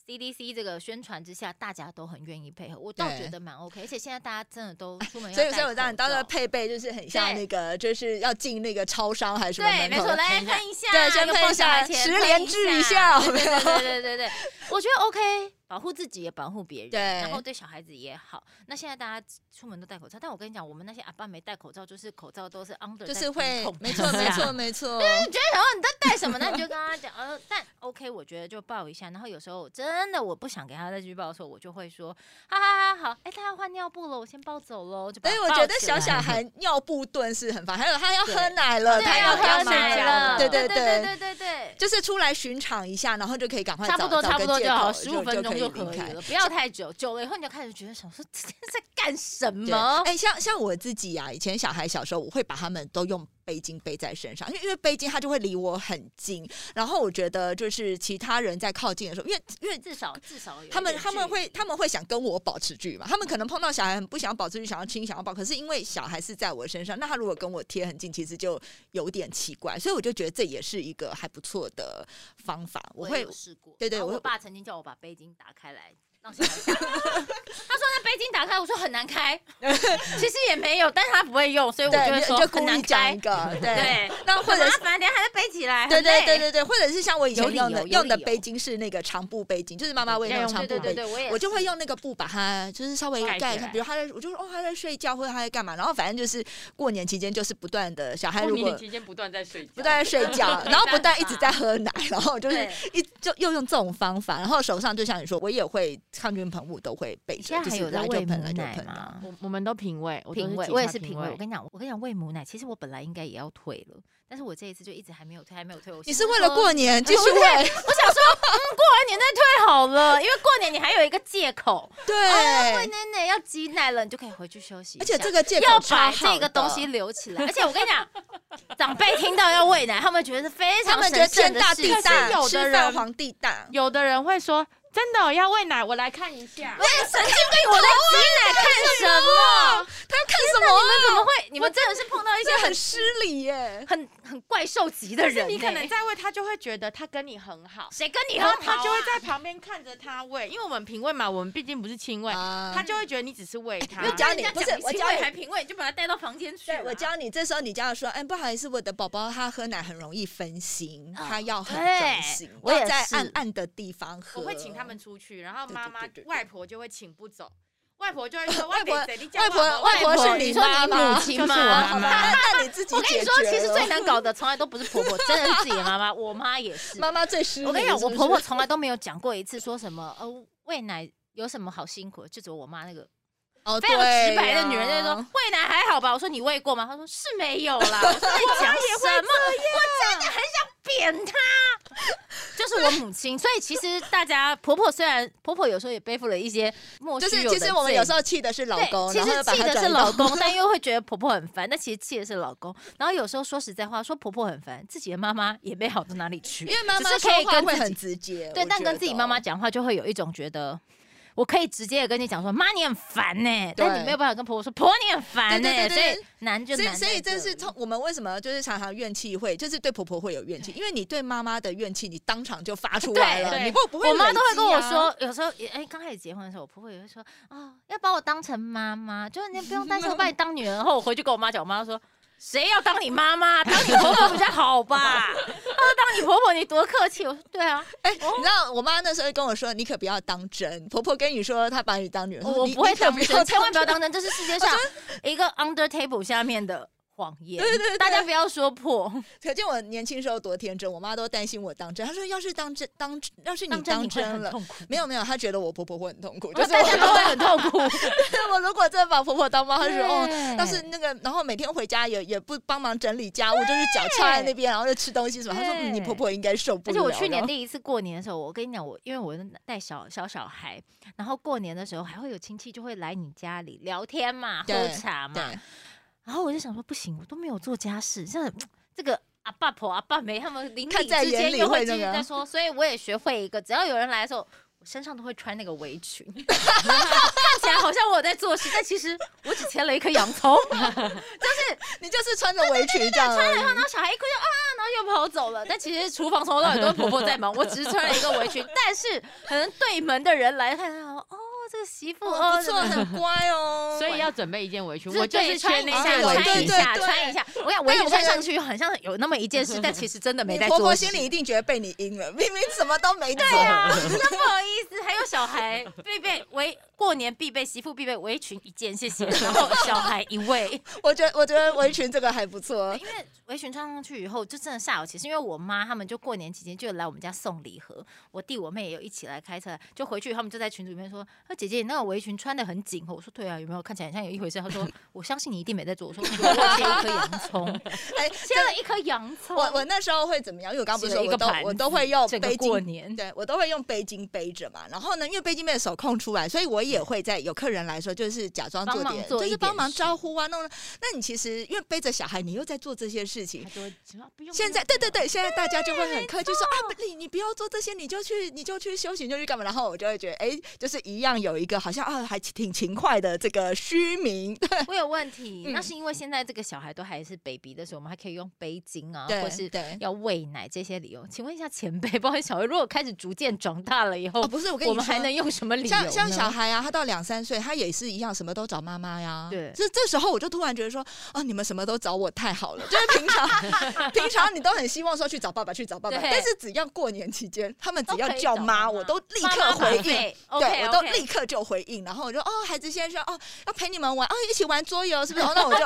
[SPEAKER 4] CDC 这个宣传之下，大家都很愿意配合，我倒
[SPEAKER 2] 对
[SPEAKER 4] 觉得蛮 OK。而且现在大家真的都出门要
[SPEAKER 2] 所以
[SPEAKER 4] 戴口罩，
[SPEAKER 2] 所以我让你当时配备就是很像那个，就是要进那个超商还是什么
[SPEAKER 4] 对，
[SPEAKER 2] 门
[SPEAKER 4] 没
[SPEAKER 2] 口
[SPEAKER 4] 错，
[SPEAKER 2] 的
[SPEAKER 4] 来
[SPEAKER 2] 喷一下
[SPEAKER 4] 喷一下，
[SPEAKER 2] 对先
[SPEAKER 4] 又
[SPEAKER 2] 喷一
[SPEAKER 4] 放下
[SPEAKER 2] 下
[SPEAKER 4] 来前
[SPEAKER 2] 十
[SPEAKER 4] 喷
[SPEAKER 2] 连
[SPEAKER 4] 一
[SPEAKER 2] 制一下
[SPEAKER 4] 下，
[SPEAKER 2] 有
[SPEAKER 4] 对对
[SPEAKER 2] 没有
[SPEAKER 4] 对对对对对，我觉得 OK，保护自己也保护别人，
[SPEAKER 2] 对
[SPEAKER 4] 然后对小孩子也好。那现在大家出门都戴口罩，但我跟你讲，我们那些阿爸没戴口罩，就是口罩都是 under，
[SPEAKER 2] 就是会嗯
[SPEAKER 4] 在鼻孔，
[SPEAKER 2] 没错
[SPEAKER 4] 底
[SPEAKER 2] 没
[SPEAKER 4] 下
[SPEAKER 2] 错没 错，
[SPEAKER 4] 然后你在带什么呢？你就跟他讲，呃，但 OK，我觉得就抱一下。然后有时候真的我不想给他再去抱的时候，我就会说，哈哈哈，好，哎，他要换尿布了，我先抱走喽。就把
[SPEAKER 2] 但
[SPEAKER 4] 他
[SPEAKER 2] 是我
[SPEAKER 4] 抱
[SPEAKER 2] 觉得
[SPEAKER 4] 起
[SPEAKER 2] 小
[SPEAKER 4] 来
[SPEAKER 2] 小孩尿布顿是很烦，还有他要喝奶了，
[SPEAKER 4] 对
[SPEAKER 2] 他
[SPEAKER 4] 要
[SPEAKER 2] 干
[SPEAKER 4] 喝
[SPEAKER 2] 嘛
[SPEAKER 4] 奶了，
[SPEAKER 2] 对
[SPEAKER 4] 对
[SPEAKER 2] 对
[SPEAKER 4] 对对对对。
[SPEAKER 2] 就是出来巡场一下，然后就可以赶快
[SPEAKER 4] 差不
[SPEAKER 2] 找
[SPEAKER 4] 多
[SPEAKER 2] 找
[SPEAKER 4] 差
[SPEAKER 2] 个
[SPEAKER 4] 不多
[SPEAKER 2] 借
[SPEAKER 4] 就好，
[SPEAKER 2] 口
[SPEAKER 4] 十五分钟就
[SPEAKER 2] 就
[SPEAKER 4] 可
[SPEAKER 2] 离
[SPEAKER 4] 以
[SPEAKER 2] 开
[SPEAKER 4] 了，不要太久。久了以后你就开始觉得想说 这天在干什
[SPEAKER 2] 对
[SPEAKER 4] 么？
[SPEAKER 2] 哎、像像我自己啊，以前小孩小时候，我会把他们都用背巾背在身上，因为因为背巾它就会离我很近，然后我觉得就是其他人在靠近的时候，因为因为。
[SPEAKER 4] 至少至少有一
[SPEAKER 2] 他们
[SPEAKER 4] 点
[SPEAKER 2] 他们
[SPEAKER 4] 距离
[SPEAKER 2] 会他们会想跟我保持距离嘛？他们可能碰到小孩很不想保持距离，想要亲想要抱，可是因为小孩是在我身上，那他如果跟我贴很近，其实就有点奇怪，所以我就觉得这也是一个还不错的方法。我
[SPEAKER 4] 也
[SPEAKER 2] 会
[SPEAKER 4] 有试过，
[SPEAKER 2] 对对
[SPEAKER 4] 然后
[SPEAKER 2] 我
[SPEAKER 4] 我
[SPEAKER 2] 会
[SPEAKER 4] 爸曾经叫我把背巾打开来。让小 孩下他说：“那背巾打开，我说很难开，其实也没有，但是他不会用，所以我就
[SPEAKER 2] 对
[SPEAKER 4] 会
[SPEAKER 2] 你
[SPEAKER 4] 说
[SPEAKER 2] 就
[SPEAKER 4] 很
[SPEAKER 2] 故意
[SPEAKER 4] 难
[SPEAKER 2] 讲
[SPEAKER 4] 开
[SPEAKER 2] 一。个对，
[SPEAKER 4] 对，
[SPEAKER 2] 那或者
[SPEAKER 4] 很
[SPEAKER 2] 是
[SPEAKER 4] 麻烦，等一下还要背起来。
[SPEAKER 2] 对
[SPEAKER 4] 很
[SPEAKER 2] 对
[SPEAKER 4] 累
[SPEAKER 2] 对对对，或者是像我以前
[SPEAKER 4] 有理
[SPEAKER 2] 用的
[SPEAKER 4] 由有
[SPEAKER 2] 用的
[SPEAKER 4] 理由
[SPEAKER 2] 背巾是那个长布背巾，就是妈妈为
[SPEAKER 3] 要
[SPEAKER 2] 那种
[SPEAKER 3] 用
[SPEAKER 2] 长
[SPEAKER 4] 对
[SPEAKER 2] 布
[SPEAKER 4] 对对
[SPEAKER 2] 背巾，
[SPEAKER 4] 对，我也
[SPEAKER 2] 我就会
[SPEAKER 4] 是
[SPEAKER 2] 用那个布把它就是稍微
[SPEAKER 3] 盖起
[SPEAKER 2] 盖一下，
[SPEAKER 3] 来
[SPEAKER 2] 比如他在，我就说哦他在睡觉或者他在干嘛，然后反正就是过年期间就是不断的小孩
[SPEAKER 3] 过
[SPEAKER 2] 如果
[SPEAKER 3] 年期间不断在睡觉，
[SPEAKER 2] 不断在睡 觉，然后不断一直在喝奶，然后就是
[SPEAKER 4] 对
[SPEAKER 2] 一就又用这种方法，然后手上就像你说，我也会抗菌喷雾都会备
[SPEAKER 4] 你
[SPEAKER 2] 着，
[SPEAKER 4] 现在
[SPEAKER 2] 就
[SPEAKER 4] 还
[SPEAKER 2] 是
[SPEAKER 4] 有在
[SPEAKER 2] 来就
[SPEAKER 4] 喂母
[SPEAKER 2] 喷来就
[SPEAKER 4] 奶
[SPEAKER 2] 喷啊。
[SPEAKER 4] 吗？
[SPEAKER 3] 我我们都品味，我都
[SPEAKER 4] 品味，
[SPEAKER 3] 警
[SPEAKER 4] 我也
[SPEAKER 3] 察
[SPEAKER 4] 是品
[SPEAKER 3] 味
[SPEAKER 4] 味。我。跟你讲，我跟你讲，喂母奶，其实我本来应该也要退了，但是我这一次就一直还没有退，还没有退。我
[SPEAKER 2] 你
[SPEAKER 4] 心
[SPEAKER 2] 是
[SPEAKER 4] 中
[SPEAKER 2] 为了
[SPEAKER 4] 说
[SPEAKER 2] 过年继续
[SPEAKER 4] 我
[SPEAKER 2] 喂，
[SPEAKER 4] 我想说，嗯，过完年再退好了，因为过年你还有一个借口，喂
[SPEAKER 2] 对，
[SPEAKER 4] 奶奶哦要挤奶了，你就可以回去休息一
[SPEAKER 2] 而
[SPEAKER 4] 下。
[SPEAKER 2] 且这个借口
[SPEAKER 4] 要
[SPEAKER 2] 超
[SPEAKER 4] 把
[SPEAKER 2] 好
[SPEAKER 4] 这个东 西
[SPEAKER 2] 的，
[SPEAKER 4] 留起来，而且我跟你讲，长辈听到要喂奶，他们觉得是非
[SPEAKER 2] 他
[SPEAKER 4] 常
[SPEAKER 2] 们觉得
[SPEAKER 4] 神
[SPEAKER 2] 天
[SPEAKER 4] 圣的
[SPEAKER 2] 大
[SPEAKER 4] 事
[SPEAKER 2] 地
[SPEAKER 4] 情
[SPEAKER 3] 但
[SPEAKER 2] 大
[SPEAKER 3] 是，有的
[SPEAKER 2] 吃饭
[SPEAKER 3] 人
[SPEAKER 2] 皇帝大。
[SPEAKER 3] 有的人会说，真的哦、要喂奶，我来看一下。
[SPEAKER 4] 神经病！我在挤奶看什么？
[SPEAKER 2] 他要看什么啊？
[SPEAKER 4] 怎么会？你们真的是碰到一些
[SPEAKER 2] 这
[SPEAKER 4] 很
[SPEAKER 2] 很失礼 耶！
[SPEAKER 4] 很很怪兽级的人
[SPEAKER 3] 是
[SPEAKER 4] 呢？
[SPEAKER 3] 你可能在喂，他就会觉得他跟你很好，
[SPEAKER 4] 谁跟你
[SPEAKER 3] 然
[SPEAKER 4] 很
[SPEAKER 3] 后
[SPEAKER 4] 好啊？
[SPEAKER 3] 他就会在旁边看着他喂，因为我们品味嘛，我们毕竟不是亲喂，
[SPEAKER 2] 啊
[SPEAKER 3] 他就会觉得你只是喂他
[SPEAKER 2] 因。为讲你
[SPEAKER 4] 啊人家
[SPEAKER 2] 不是
[SPEAKER 4] 讲
[SPEAKER 2] 我
[SPEAKER 4] 亲
[SPEAKER 2] 教
[SPEAKER 4] 喂
[SPEAKER 2] 你
[SPEAKER 4] 还品味，你就把他带到房间去啊。
[SPEAKER 2] 对我教你，这时候你就要说，哎，不好意思，我的宝宝他喝奶很容易分心，
[SPEAKER 4] 啊
[SPEAKER 2] 他要很
[SPEAKER 4] 对
[SPEAKER 2] 专心，
[SPEAKER 4] 我也
[SPEAKER 2] 要在
[SPEAKER 4] 是
[SPEAKER 2] 暗暗的地方喝。
[SPEAKER 3] 我会请他们出去，然后
[SPEAKER 2] 对对
[SPEAKER 3] 妈妈
[SPEAKER 2] 对对对
[SPEAKER 3] 外婆就会请不走，外婆就会说
[SPEAKER 2] 外
[SPEAKER 3] 外
[SPEAKER 2] 婆
[SPEAKER 3] 婆你叫
[SPEAKER 2] 外婆
[SPEAKER 3] 我
[SPEAKER 2] 外婆
[SPEAKER 3] 婆
[SPEAKER 2] 是你妈妈
[SPEAKER 4] 你说你母亲吗
[SPEAKER 3] 就是我妈妈
[SPEAKER 2] 那那你自己
[SPEAKER 4] 我跟
[SPEAKER 2] 解
[SPEAKER 4] 你说，
[SPEAKER 2] 决
[SPEAKER 4] 其实
[SPEAKER 2] 了
[SPEAKER 4] 最难搞的从来都不是婆婆，真的是自己的妈妈。我妈也是。
[SPEAKER 2] 妈妈最失礼。
[SPEAKER 4] 我跟你讲，
[SPEAKER 2] 是
[SPEAKER 4] 我
[SPEAKER 2] 不
[SPEAKER 4] 婆婆
[SPEAKER 2] 是
[SPEAKER 4] 从来都没有讲过一次说什么呃喂奶有什么好辛苦的，就只有我妈那个
[SPEAKER 2] 哦
[SPEAKER 4] 非常直白的女人就
[SPEAKER 2] 对
[SPEAKER 4] 是说
[SPEAKER 2] 啊
[SPEAKER 4] 喂奶还好吧？我说你喂过吗？她说是没有啦。 我说在讲什么？我真的很想扁她。就是我母亲，所以其实大家婆婆虽然婆婆有时候也背负了一些莫须
[SPEAKER 2] 就是
[SPEAKER 4] 有
[SPEAKER 2] 其
[SPEAKER 4] 的
[SPEAKER 2] 实我们有时
[SPEAKER 4] 候。
[SPEAKER 2] 候气的是老
[SPEAKER 4] 对，
[SPEAKER 2] 公，
[SPEAKER 4] 其
[SPEAKER 2] 然后
[SPEAKER 4] 实
[SPEAKER 2] 又把
[SPEAKER 4] 气
[SPEAKER 2] 他
[SPEAKER 4] 的
[SPEAKER 2] 转
[SPEAKER 4] 是
[SPEAKER 2] 移
[SPEAKER 4] 老
[SPEAKER 2] 到
[SPEAKER 4] 公，但又会觉得婆婆很烦。但其实气的是老公。然后有时候说实在话，说婆婆很烦，自己的妈妈也没好到哪里去，
[SPEAKER 2] 因为妈妈
[SPEAKER 4] 只是
[SPEAKER 2] 说
[SPEAKER 4] 可以
[SPEAKER 2] 话
[SPEAKER 4] 跟
[SPEAKER 2] 会
[SPEAKER 4] 自
[SPEAKER 2] 很
[SPEAKER 4] 己
[SPEAKER 2] 直接，
[SPEAKER 4] 对，
[SPEAKER 2] 我
[SPEAKER 4] 但
[SPEAKER 2] 觉
[SPEAKER 4] 跟自己妈
[SPEAKER 2] 得
[SPEAKER 4] 妈讲话就会有一种觉得。我可以直接的跟你讲说，妈你很烦呢、但
[SPEAKER 2] 对
[SPEAKER 4] 你没有办法跟婆婆说，婆你很烦呢、
[SPEAKER 2] 对对对对
[SPEAKER 4] 所以难就
[SPEAKER 2] 所
[SPEAKER 4] 难
[SPEAKER 2] 以，
[SPEAKER 4] 在
[SPEAKER 2] 所以这是
[SPEAKER 4] 里
[SPEAKER 2] 从我们为什么就是常常怨气会，就是对婆婆会有怨气，因为你对妈妈的怨气，你当场就发出来了，
[SPEAKER 3] 对对
[SPEAKER 2] 你会不会、啊
[SPEAKER 4] 我妈都会跟我，说，有时候也哎，刚开始结婚的时候，我婆婆也会说，哦，要把我当成妈妈，就是你不用担心我把你当女儿。然后我回去跟我妈讲，我妈说。谁要当你妈妈？当你婆婆比较好吧？她说：“当你婆婆，你多客气。”我说：“对啊，
[SPEAKER 2] 哎、你知道我妈那时候跟我说，你可不要当真，婆婆跟你说她把你当女儿，
[SPEAKER 4] 我
[SPEAKER 2] 你
[SPEAKER 4] 不会
[SPEAKER 2] 你可
[SPEAKER 4] 当
[SPEAKER 2] 不
[SPEAKER 4] 真，
[SPEAKER 2] 要
[SPEAKER 4] 千万不要当真，这是世界上一个 under table 下面的谎言，对对大家不要说破，
[SPEAKER 2] 可见我年轻时候多天真，我妈都担心我当真。她说：“要是当真当，要是你
[SPEAKER 4] 当真
[SPEAKER 2] 当
[SPEAKER 4] 你会
[SPEAKER 2] 真
[SPEAKER 4] 很
[SPEAKER 2] 了，
[SPEAKER 4] 痛苦，
[SPEAKER 2] 没有没有，她觉得我婆婆会很痛苦，就
[SPEAKER 4] 哦，
[SPEAKER 2] 是
[SPEAKER 4] 大
[SPEAKER 2] 我
[SPEAKER 4] 家都会很痛苦。
[SPEAKER 2] 我如果真的把婆婆当猫，她说哦，
[SPEAKER 4] 对
[SPEAKER 2] 要是那个，然后每天回家也也不帮忙整理家务，就是脚翘在那边，然后就吃东西什么。她说
[SPEAKER 4] 对
[SPEAKER 2] 嗯你婆婆应该受不
[SPEAKER 4] 而
[SPEAKER 2] 了。
[SPEAKER 4] 且我去年
[SPEAKER 2] 然后
[SPEAKER 4] 第一次过年的时候，我跟你讲，我因为我带小小小孩，然后过年的时候还会有亲戚就会来你家里聊天嘛，喝
[SPEAKER 2] 对
[SPEAKER 4] 茶嘛，
[SPEAKER 2] 对，
[SPEAKER 4] 然后我就想说，不行，我都没有做家事，这这个阿爸婆、阿爸梅他们邻
[SPEAKER 2] 看
[SPEAKER 4] 里
[SPEAKER 2] 在
[SPEAKER 4] 之
[SPEAKER 2] 眼
[SPEAKER 4] 间
[SPEAKER 2] 里
[SPEAKER 4] 又
[SPEAKER 2] 会
[SPEAKER 4] 会继
[SPEAKER 2] 那
[SPEAKER 4] 续
[SPEAKER 2] 个
[SPEAKER 4] 在说，所以我也学会一个，只要有人来的时候。我身上都会穿那个围裙， 看起来好像我有在做事，但其实我只切了一颗洋葱，
[SPEAKER 2] 你就是穿着围裙这样而已，
[SPEAKER 4] 然后小孩一哭就啊，然后又跑走了。但其实厨房从头到尾都是婆婆在 忙，我只是穿了一个围裙，但是可能对门的人来看到哦，这个媳妇
[SPEAKER 2] 哦
[SPEAKER 4] 哦，
[SPEAKER 2] 不错，很乖 哦。
[SPEAKER 3] 所以要准备一件围裙，
[SPEAKER 4] 我
[SPEAKER 3] 我就
[SPEAKER 4] 就是是穿
[SPEAKER 3] 缺
[SPEAKER 4] 一
[SPEAKER 3] 那
[SPEAKER 4] 下，
[SPEAKER 3] 件
[SPEAKER 2] 有
[SPEAKER 3] 围
[SPEAKER 4] 穿
[SPEAKER 2] 对
[SPEAKER 4] 一
[SPEAKER 3] 裙。
[SPEAKER 4] 下，
[SPEAKER 2] 对
[SPEAKER 4] 穿一下。我想
[SPEAKER 2] 对
[SPEAKER 4] 围裙
[SPEAKER 2] 我
[SPEAKER 4] 穿
[SPEAKER 2] 看
[SPEAKER 4] 上去好像有那么一件事，但其实真的没
[SPEAKER 2] 你
[SPEAKER 4] 在
[SPEAKER 2] 婆
[SPEAKER 4] 做
[SPEAKER 2] 婆
[SPEAKER 4] 事。
[SPEAKER 2] 心里一定觉得被你阴了，明明什么都没做。
[SPEAKER 4] 对啊， 那不好意思，还有小孩必备围过年必备，媳妇必备围裙一件，谢谢。然后小孩一位，
[SPEAKER 2] 我觉得我觉得围裙这个还不错
[SPEAKER 4] 因。为围裙穿上去以后，就真的煞有其事。因为我妈他们就过年期间就来我们家送礼盒，我弟我妹也有一起来开车，就回去他们就在群组里面说：“啊，姐姐，你那个围裙穿的很紧。”我说：“对啊，有没有看起来很像有一回事？” 他说：“我相信你一定没在做。”我说：“有我切了一颗洋葱，
[SPEAKER 2] 哎，
[SPEAKER 4] 切了一颗 洋 葱。
[SPEAKER 2] 我我那时候会怎么样？因为我刚刚不是说
[SPEAKER 4] 洗了
[SPEAKER 2] 我
[SPEAKER 4] 一个
[SPEAKER 2] 都
[SPEAKER 4] 盘
[SPEAKER 2] 我都会用
[SPEAKER 4] 整个
[SPEAKER 2] 背
[SPEAKER 4] 过
[SPEAKER 2] 巾
[SPEAKER 4] 年
[SPEAKER 2] 对我都会用背巾背着嘛。然后呢，因为背巾背的手空出来，所以我也会在有客人来的时候，就是假装做
[SPEAKER 4] 帮忙
[SPEAKER 2] 点，
[SPEAKER 4] 做
[SPEAKER 2] 就
[SPEAKER 4] 一
[SPEAKER 2] 是帮
[SPEAKER 4] 点
[SPEAKER 2] 忙
[SPEAKER 4] 事
[SPEAKER 2] 招呼啊，弄。那你其实因为背着小孩，你又在做这些事情
[SPEAKER 3] 他。就会只要不用
[SPEAKER 2] 现在对对对，现在大家就会很客气说啊，不你你不要做这些，你就去你就去休息，你就去干嘛？然后我就会觉得，哎，就是一样有一个好像啊，还挺勤快的这个虚名，
[SPEAKER 4] 我有问题，
[SPEAKER 2] 嗯
[SPEAKER 4] 那是因为现在这个小孩都还是 baby 的时候，我们还可以用背巾啊，
[SPEAKER 2] 对
[SPEAKER 4] 或是
[SPEAKER 2] 对
[SPEAKER 4] 要喂奶这些理由。请问一下前辈， 不好意思，小孩如果开始逐渐长大了以后，
[SPEAKER 2] 哦，不是，我跟你
[SPEAKER 4] 我们还
[SPEAKER 2] 说
[SPEAKER 4] 能用什么理由
[SPEAKER 2] 像
[SPEAKER 4] 呢？
[SPEAKER 2] 像小孩啊，他到两三岁，他也是一样，什么都找妈妈呀。
[SPEAKER 4] 对
[SPEAKER 2] 这这时候我就突然觉得说，哦，你们什么都找我太好了，就是 平常 平常你都很希望说去找爸爸去找爸爸，
[SPEAKER 4] 对
[SPEAKER 2] 但是只要过年期间，他们只要
[SPEAKER 4] 都可以
[SPEAKER 2] 叫
[SPEAKER 4] 找
[SPEAKER 2] 妈，
[SPEAKER 4] 妈
[SPEAKER 2] 我都立
[SPEAKER 4] 妈
[SPEAKER 2] 刻
[SPEAKER 4] 妈
[SPEAKER 2] 回
[SPEAKER 4] 宝
[SPEAKER 2] 应
[SPEAKER 4] 贝。，OK，
[SPEAKER 2] 对，我都
[SPEAKER 4] OK
[SPEAKER 2] 立刻就回应，然后我就哦，孩子先生哦，要陪你们玩哦，一起玩桌游是 不是？哦，那我就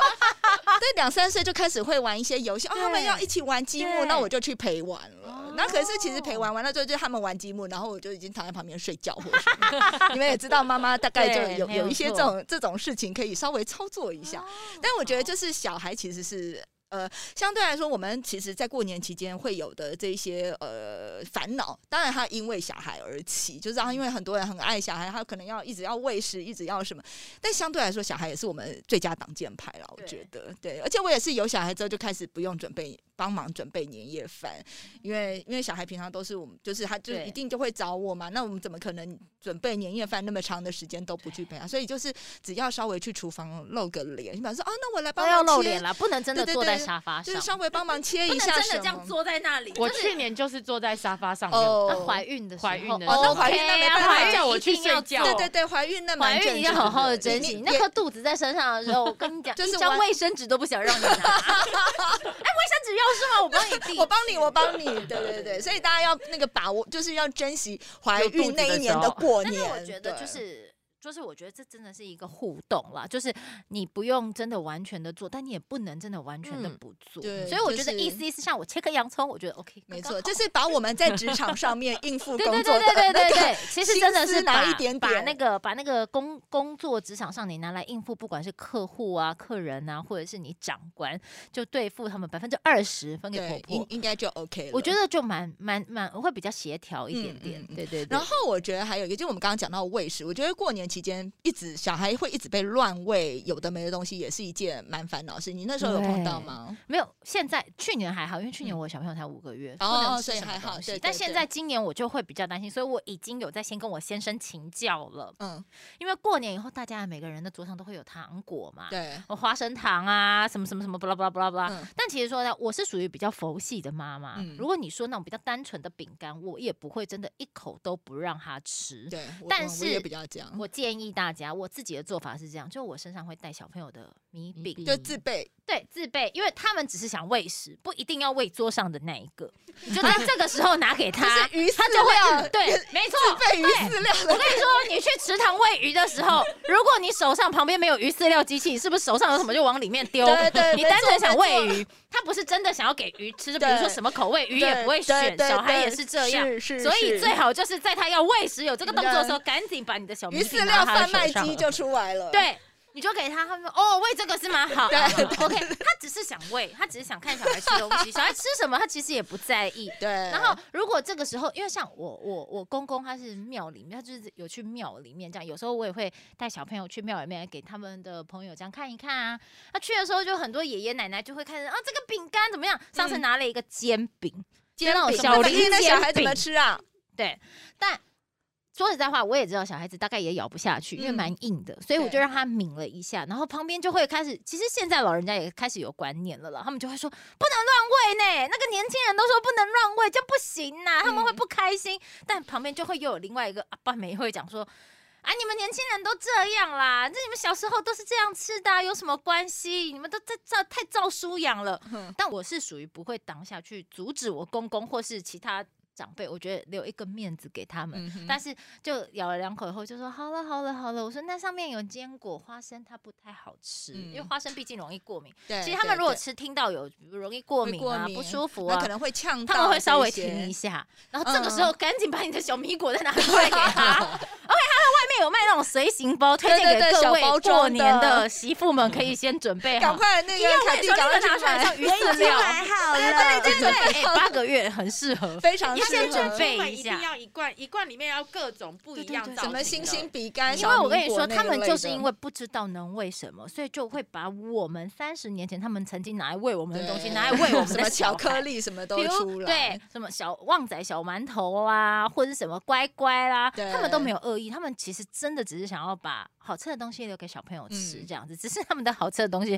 [SPEAKER 2] 对两三岁就开始会玩一些游戏，哦，他们
[SPEAKER 4] 对
[SPEAKER 2] 要一起玩积木，
[SPEAKER 4] 对
[SPEAKER 2] 那我就去陪玩了
[SPEAKER 4] 哦。
[SPEAKER 2] 那可是其实陪玩完了之后，就他们玩积木，然后我就已经躺在旁边睡觉或者什么。你们也知道，妈妈大概
[SPEAKER 4] 对
[SPEAKER 2] 就有
[SPEAKER 4] 没有
[SPEAKER 2] 有一些
[SPEAKER 4] 错
[SPEAKER 2] 这种这种事情可以稍微操作一下
[SPEAKER 4] 哦，
[SPEAKER 2] 但我觉得
[SPEAKER 4] 好
[SPEAKER 2] 就是小孩其实是。呃，相对来说，我们其实，在过年期间会有的这一些呃烦恼，当然他因为小孩而起，就是啊，因为很多人很爱小孩，他可能要一直要喂食，一直要什么。但相对来说，小孩也是我们最佳挡箭牌了，我
[SPEAKER 4] 对
[SPEAKER 2] 觉得对。而且我也是有小孩之后就开始不用准备帮忙准备年夜饭，因为因为小孩平常都是我们，就是他就
[SPEAKER 4] 对
[SPEAKER 2] 一定就会找我嘛，那我们怎么可能准备年夜饭那么长的时间都不去陪他？所以就是只要稍微去厨房露个脸，你比方说啊，那我来
[SPEAKER 4] 都
[SPEAKER 2] 帮
[SPEAKER 4] 要
[SPEAKER 2] 忙
[SPEAKER 4] 露
[SPEAKER 2] 切
[SPEAKER 4] 脸啦，不能真的
[SPEAKER 2] 对对
[SPEAKER 4] 坐在
[SPEAKER 2] 啊对
[SPEAKER 4] 沙发
[SPEAKER 2] 就
[SPEAKER 4] 上
[SPEAKER 2] 是，稍微帮忙切
[SPEAKER 4] 不
[SPEAKER 2] 一
[SPEAKER 4] 能
[SPEAKER 2] 下
[SPEAKER 4] 真
[SPEAKER 2] 什
[SPEAKER 4] 的这样
[SPEAKER 2] 么。
[SPEAKER 4] 坐在那里。
[SPEAKER 3] 我
[SPEAKER 4] 就是
[SPEAKER 3] 去年就是坐在沙发上面，
[SPEAKER 4] 她
[SPEAKER 2] 哦，
[SPEAKER 4] 怀孕的时候
[SPEAKER 3] 怀孕的时
[SPEAKER 2] 候哦那怀孕那没办法
[SPEAKER 4] OK 啊
[SPEAKER 3] 叫我去
[SPEAKER 4] 一定要
[SPEAKER 3] 睡觉
[SPEAKER 4] 做
[SPEAKER 2] 对对对，怀孕那蛮
[SPEAKER 4] 怀孕你要
[SPEAKER 2] 正常
[SPEAKER 4] 好好的
[SPEAKER 2] 的
[SPEAKER 4] 珍
[SPEAKER 2] 你
[SPEAKER 4] 惜，
[SPEAKER 2] 你
[SPEAKER 4] 那颗肚子在身上的时候，我跟你讲，
[SPEAKER 2] 就是
[SPEAKER 4] 一张
[SPEAKER 2] 完
[SPEAKER 4] 卫生纸都不想 让你拿。哎，卫生纸要是吗？我帮你递，
[SPEAKER 2] 我帮你，我帮你，对对对，所以大家要那个把握，就是要珍惜怀
[SPEAKER 3] 有肚
[SPEAKER 2] 孕
[SPEAKER 3] 子
[SPEAKER 2] 那一
[SPEAKER 3] 的时
[SPEAKER 2] 年的
[SPEAKER 3] 候
[SPEAKER 2] 过
[SPEAKER 4] 但
[SPEAKER 2] 年。
[SPEAKER 4] 是我觉得
[SPEAKER 2] 对
[SPEAKER 4] 就是。就是我觉得这真的是一个互动啦，就是你不用真的完全的做，但你也不能真的完全的
[SPEAKER 3] 嗯
[SPEAKER 4] 不做。
[SPEAKER 2] 对
[SPEAKER 4] 所以我
[SPEAKER 2] 就
[SPEAKER 4] 觉
[SPEAKER 2] 是
[SPEAKER 4] 得意思意思，像我切颗洋葱，我觉得 OK，
[SPEAKER 2] 没
[SPEAKER 4] 刚
[SPEAKER 2] 错，
[SPEAKER 4] 刚
[SPEAKER 2] 就
[SPEAKER 4] 好
[SPEAKER 2] 是把我们在职场上面应付
[SPEAKER 4] 对
[SPEAKER 2] 工
[SPEAKER 4] 对
[SPEAKER 2] 作
[SPEAKER 4] 对
[SPEAKER 2] 的
[SPEAKER 4] 对对
[SPEAKER 2] 那
[SPEAKER 4] 对
[SPEAKER 2] 个
[SPEAKER 4] 对，其实真的
[SPEAKER 2] 心
[SPEAKER 4] 是
[SPEAKER 2] 思拿
[SPEAKER 4] 把
[SPEAKER 2] 一点
[SPEAKER 4] 把
[SPEAKER 2] 点
[SPEAKER 4] 那个把那个工工作职场上你拿来应付，不管是客户啊、客人啊，或者是你长官，就对付他们百分之二十分给婆
[SPEAKER 2] 对，应
[SPEAKER 4] 婆，
[SPEAKER 2] 应该就 OK 了。
[SPEAKER 4] 我觉。得就蛮蛮蛮会比较协调一点
[SPEAKER 2] 嗯
[SPEAKER 4] 点
[SPEAKER 2] 嗯，嗯
[SPEAKER 4] 对对对
[SPEAKER 2] 然。后我觉得还有一个，就我们刚刚讲到喂食，我觉得过年期间一直小孩会一直被乱喂有的没的东西，也是一件蛮烦恼的事。你那时候有碰到吗？
[SPEAKER 4] 没有，现在去年还好，因为去年我小朋友才五个月，不
[SPEAKER 2] 嗯哦
[SPEAKER 4] 能
[SPEAKER 2] 所
[SPEAKER 4] 吃
[SPEAKER 2] 以
[SPEAKER 4] 什么
[SPEAKER 2] 还好
[SPEAKER 4] 东西
[SPEAKER 2] 对
[SPEAKER 4] 但
[SPEAKER 2] 对
[SPEAKER 4] 现
[SPEAKER 2] 对
[SPEAKER 4] 在今年我就会比较担心，所以我已经有在先跟我先生请教了，
[SPEAKER 2] 嗯，
[SPEAKER 4] 因为过年以后大家每个人的桌上都会有糖果嘛，
[SPEAKER 2] 对，
[SPEAKER 4] 哦花生糖啊，什么什么什么，巴拉巴拉巴拉巴拉。
[SPEAKER 2] 嗯
[SPEAKER 4] 但其实说呢，我是属于比较佛系的妈妈。
[SPEAKER 2] 嗯
[SPEAKER 4] 如果你说那种比较单纯的饼干，我也不会真的一口都不让他吃。
[SPEAKER 2] 对。我
[SPEAKER 4] 但
[SPEAKER 2] 我我
[SPEAKER 4] 是
[SPEAKER 2] 也比较这样，
[SPEAKER 4] 我建议大家，我自己的做法是这样，就我身上会带小朋友的米
[SPEAKER 3] 米
[SPEAKER 4] 饼，
[SPEAKER 3] 饼
[SPEAKER 2] 就自备
[SPEAKER 4] 对，自备，因为他们只是想喂食，不一定要喂桌上的那一个，你就在这个时候拿给他，
[SPEAKER 2] 就是鱼饲
[SPEAKER 4] 他就
[SPEAKER 2] 料
[SPEAKER 4] 会嗯对，没错。
[SPEAKER 2] 自备鱼饲料
[SPEAKER 4] 我
[SPEAKER 2] 的
[SPEAKER 4] 跟你说，你去池塘喂鱼的时候，如果你手上旁边没有鱼饲料机器，你是不是手上有什么就往里面丢？
[SPEAKER 2] 对对
[SPEAKER 4] 你
[SPEAKER 2] 没
[SPEAKER 4] 单
[SPEAKER 2] 错
[SPEAKER 4] 纯想
[SPEAKER 2] 没
[SPEAKER 4] 喂
[SPEAKER 2] 错
[SPEAKER 4] 鱼，他不是真的想要给鱼吃，就比如说
[SPEAKER 2] 对
[SPEAKER 4] 什么口味，鱼
[SPEAKER 2] 鱼
[SPEAKER 4] 也不会选，小孩也是这样。
[SPEAKER 2] 是是，
[SPEAKER 4] 所以
[SPEAKER 2] 是
[SPEAKER 4] 最好就是在他要喂食有这个动作的时候，赶紧把你的小
[SPEAKER 2] 鱼
[SPEAKER 4] 米饼
[SPEAKER 2] 饲料
[SPEAKER 4] 拿到他的
[SPEAKER 2] 贩卖
[SPEAKER 4] 手上
[SPEAKER 2] 机就出来了，
[SPEAKER 4] 对，你就给他，他们说哦，喂这个是蛮好的
[SPEAKER 2] 对
[SPEAKER 4] ，OK，他只是想喂，他只是想看小孩吃东西，小孩吃什么他其实也不在意。
[SPEAKER 2] 对，
[SPEAKER 4] 然后，如果这个时候，因为像我，我我公公他是庙里面，他就是有去庙里面这样。有时候我也会带小朋友去庙里面，给他们的朋友这样看一看啊。他去的时候，就很多爷爷奶奶就会看着啊，这个饼干怎么样？上次
[SPEAKER 2] 嗯
[SPEAKER 4] 拿了一个煎饼，
[SPEAKER 2] 煎
[SPEAKER 4] 那种
[SPEAKER 2] 饼
[SPEAKER 4] 小
[SPEAKER 2] 那
[SPEAKER 4] 林
[SPEAKER 2] 那小
[SPEAKER 4] 煎
[SPEAKER 2] 孩怎么
[SPEAKER 4] 饼
[SPEAKER 2] 吃啊？
[SPEAKER 4] 对，但说实在话，我也知道小孩子大概也咬不下去，因为
[SPEAKER 2] 嗯
[SPEAKER 4] 蛮硬的，所以我就
[SPEAKER 2] 对
[SPEAKER 4] 让他抿了一下，然后旁边就会开始，其实现在老人家也开始有观念了啦，他们就会说不能乱喂呢，那个年轻人都说不能乱喂，这样不行啊呐、他们会
[SPEAKER 2] 嗯
[SPEAKER 4] 不开心，但旁边就会又有另外一个阿爸也会讲说。啊！你们年轻人都这样啦，这你们小时候都是这样吃的啊、有什么关系？你们都在照太照书养了。
[SPEAKER 2] 嗯哼
[SPEAKER 4] 但我是属于不会当下去阻止我公公或是其他长辈，我觉得留一个面子给他们。
[SPEAKER 2] 嗯哼
[SPEAKER 4] 但是就咬了两口以后，就说好了好了好了。我说那上面有坚果、花生，它不太好吃，因为
[SPEAKER 2] 嗯
[SPEAKER 4] 花生毕竟容易过敏。
[SPEAKER 2] 对
[SPEAKER 4] 其实他们
[SPEAKER 2] 对
[SPEAKER 4] 如果
[SPEAKER 2] 对
[SPEAKER 4] 吃听到有比如容易过
[SPEAKER 2] 会
[SPEAKER 4] 敏
[SPEAKER 2] 过
[SPEAKER 4] 啊、不
[SPEAKER 2] 敏
[SPEAKER 4] 舒服
[SPEAKER 2] 那可
[SPEAKER 4] 啊，
[SPEAKER 2] 能会呛到，
[SPEAKER 4] 他们会稍微停一。下，然后这个
[SPEAKER 2] 嗯
[SPEAKER 4] 时候赶紧把你的小米果再拿出来给 他。外面有卖那种随行包，推
[SPEAKER 2] 对
[SPEAKER 4] 荐
[SPEAKER 2] 对
[SPEAKER 4] 给
[SPEAKER 2] 对
[SPEAKER 4] 各
[SPEAKER 2] 小
[SPEAKER 4] 位
[SPEAKER 2] 包
[SPEAKER 4] 过
[SPEAKER 2] 装
[SPEAKER 4] 年
[SPEAKER 2] 的嗯
[SPEAKER 4] 的媳妇们，可以先准备哎
[SPEAKER 2] 赶。
[SPEAKER 4] 好
[SPEAKER 2] 快那
[SPEAKER 4] 一样
[SPEAKER 2] 个凯蒂
[SPEAKER 4] 的
[SPEAKER 2] 赶快
[SPEAKER 4] 时候
[SPEAKER 2] 去
[SPEAKER 4] 那个拿
[SPEAKER 2] 买
[SPEAKER 4] 出来像鱼饲料，
[SPEAKER 2] 好
[SPEAKER 4] 对对对，
[SPEAKER 2] 对
[SPEAKER 4] 哎八个月很适合。
[SPEAKER 2] 非常
[SPEAKER 4] 要先
[SPEAKER 2] 适
[SPEAKER 4] 准
[SPEAKER 2] 合。
[SPEAKER 4] 备
[SPEAKER 3] 出门
[SPEAKER 4] 一
[SPEAKER 3] 一
[SPEAKER 4] 下
[SPEAKER 3] 定要一罐，一罐里面要各种不一样
[SPEAKER 4] 对对对
[SPEAKER 3] 造
[SPEAKER 2] 什
[SPEAKER 3] 型
[SPEAKER 2] 么
[SPEAKER 3] 的
[SPEAKER 2] 星星饼干？
[SPEAKER 4] 因
[SPEAKER 2] 小
[SPEAKER 4] 为我
[SPEAKER 2] 米
[SPEAKER 4] 跟你
[SPEAKER 2] 果
[SPEAKER 4] 说，
[SPEAKER 2] 那
[SPEAKER 4] 他
[SPEAKER 2] 一
[SPEAKER 4] 们
[SPEAKER 2] 类
[SPEAKER 4] 就是
[SPEAKER 2] 的
[SPEAKER 4] 因为不知道能喂什么，所以就会把我们三十年前他们曾经拿来喂我们的东西，
[SPEAKER 2] 对
[SPEAKER 4] 拿来喂 我们
[SPEAKER 2] 什
[SPEAKER 4] 的
[SPEAKER 2] 么巧
[SPEAKER 4] 小孩
[SPEAKER 2] 克。力什么都
[SPEAKER 4] 比
[SPEAKER 2] 出
[SPEAKER 4] 如
[SPEAKER 2] 来
[SPEAKER 4] 对，什么小旺仔小馒头啦，或者是什么乖乖啦，
[SPEAKER 2] 对
[SPEAKER 4] 他们都没有恶意，他们其实真的只是想要把好吃的东西留给小朋友吃
[SPEAKER 2] 嗯
[SPEAKER 4] 这样子，只是他们的好吃的东西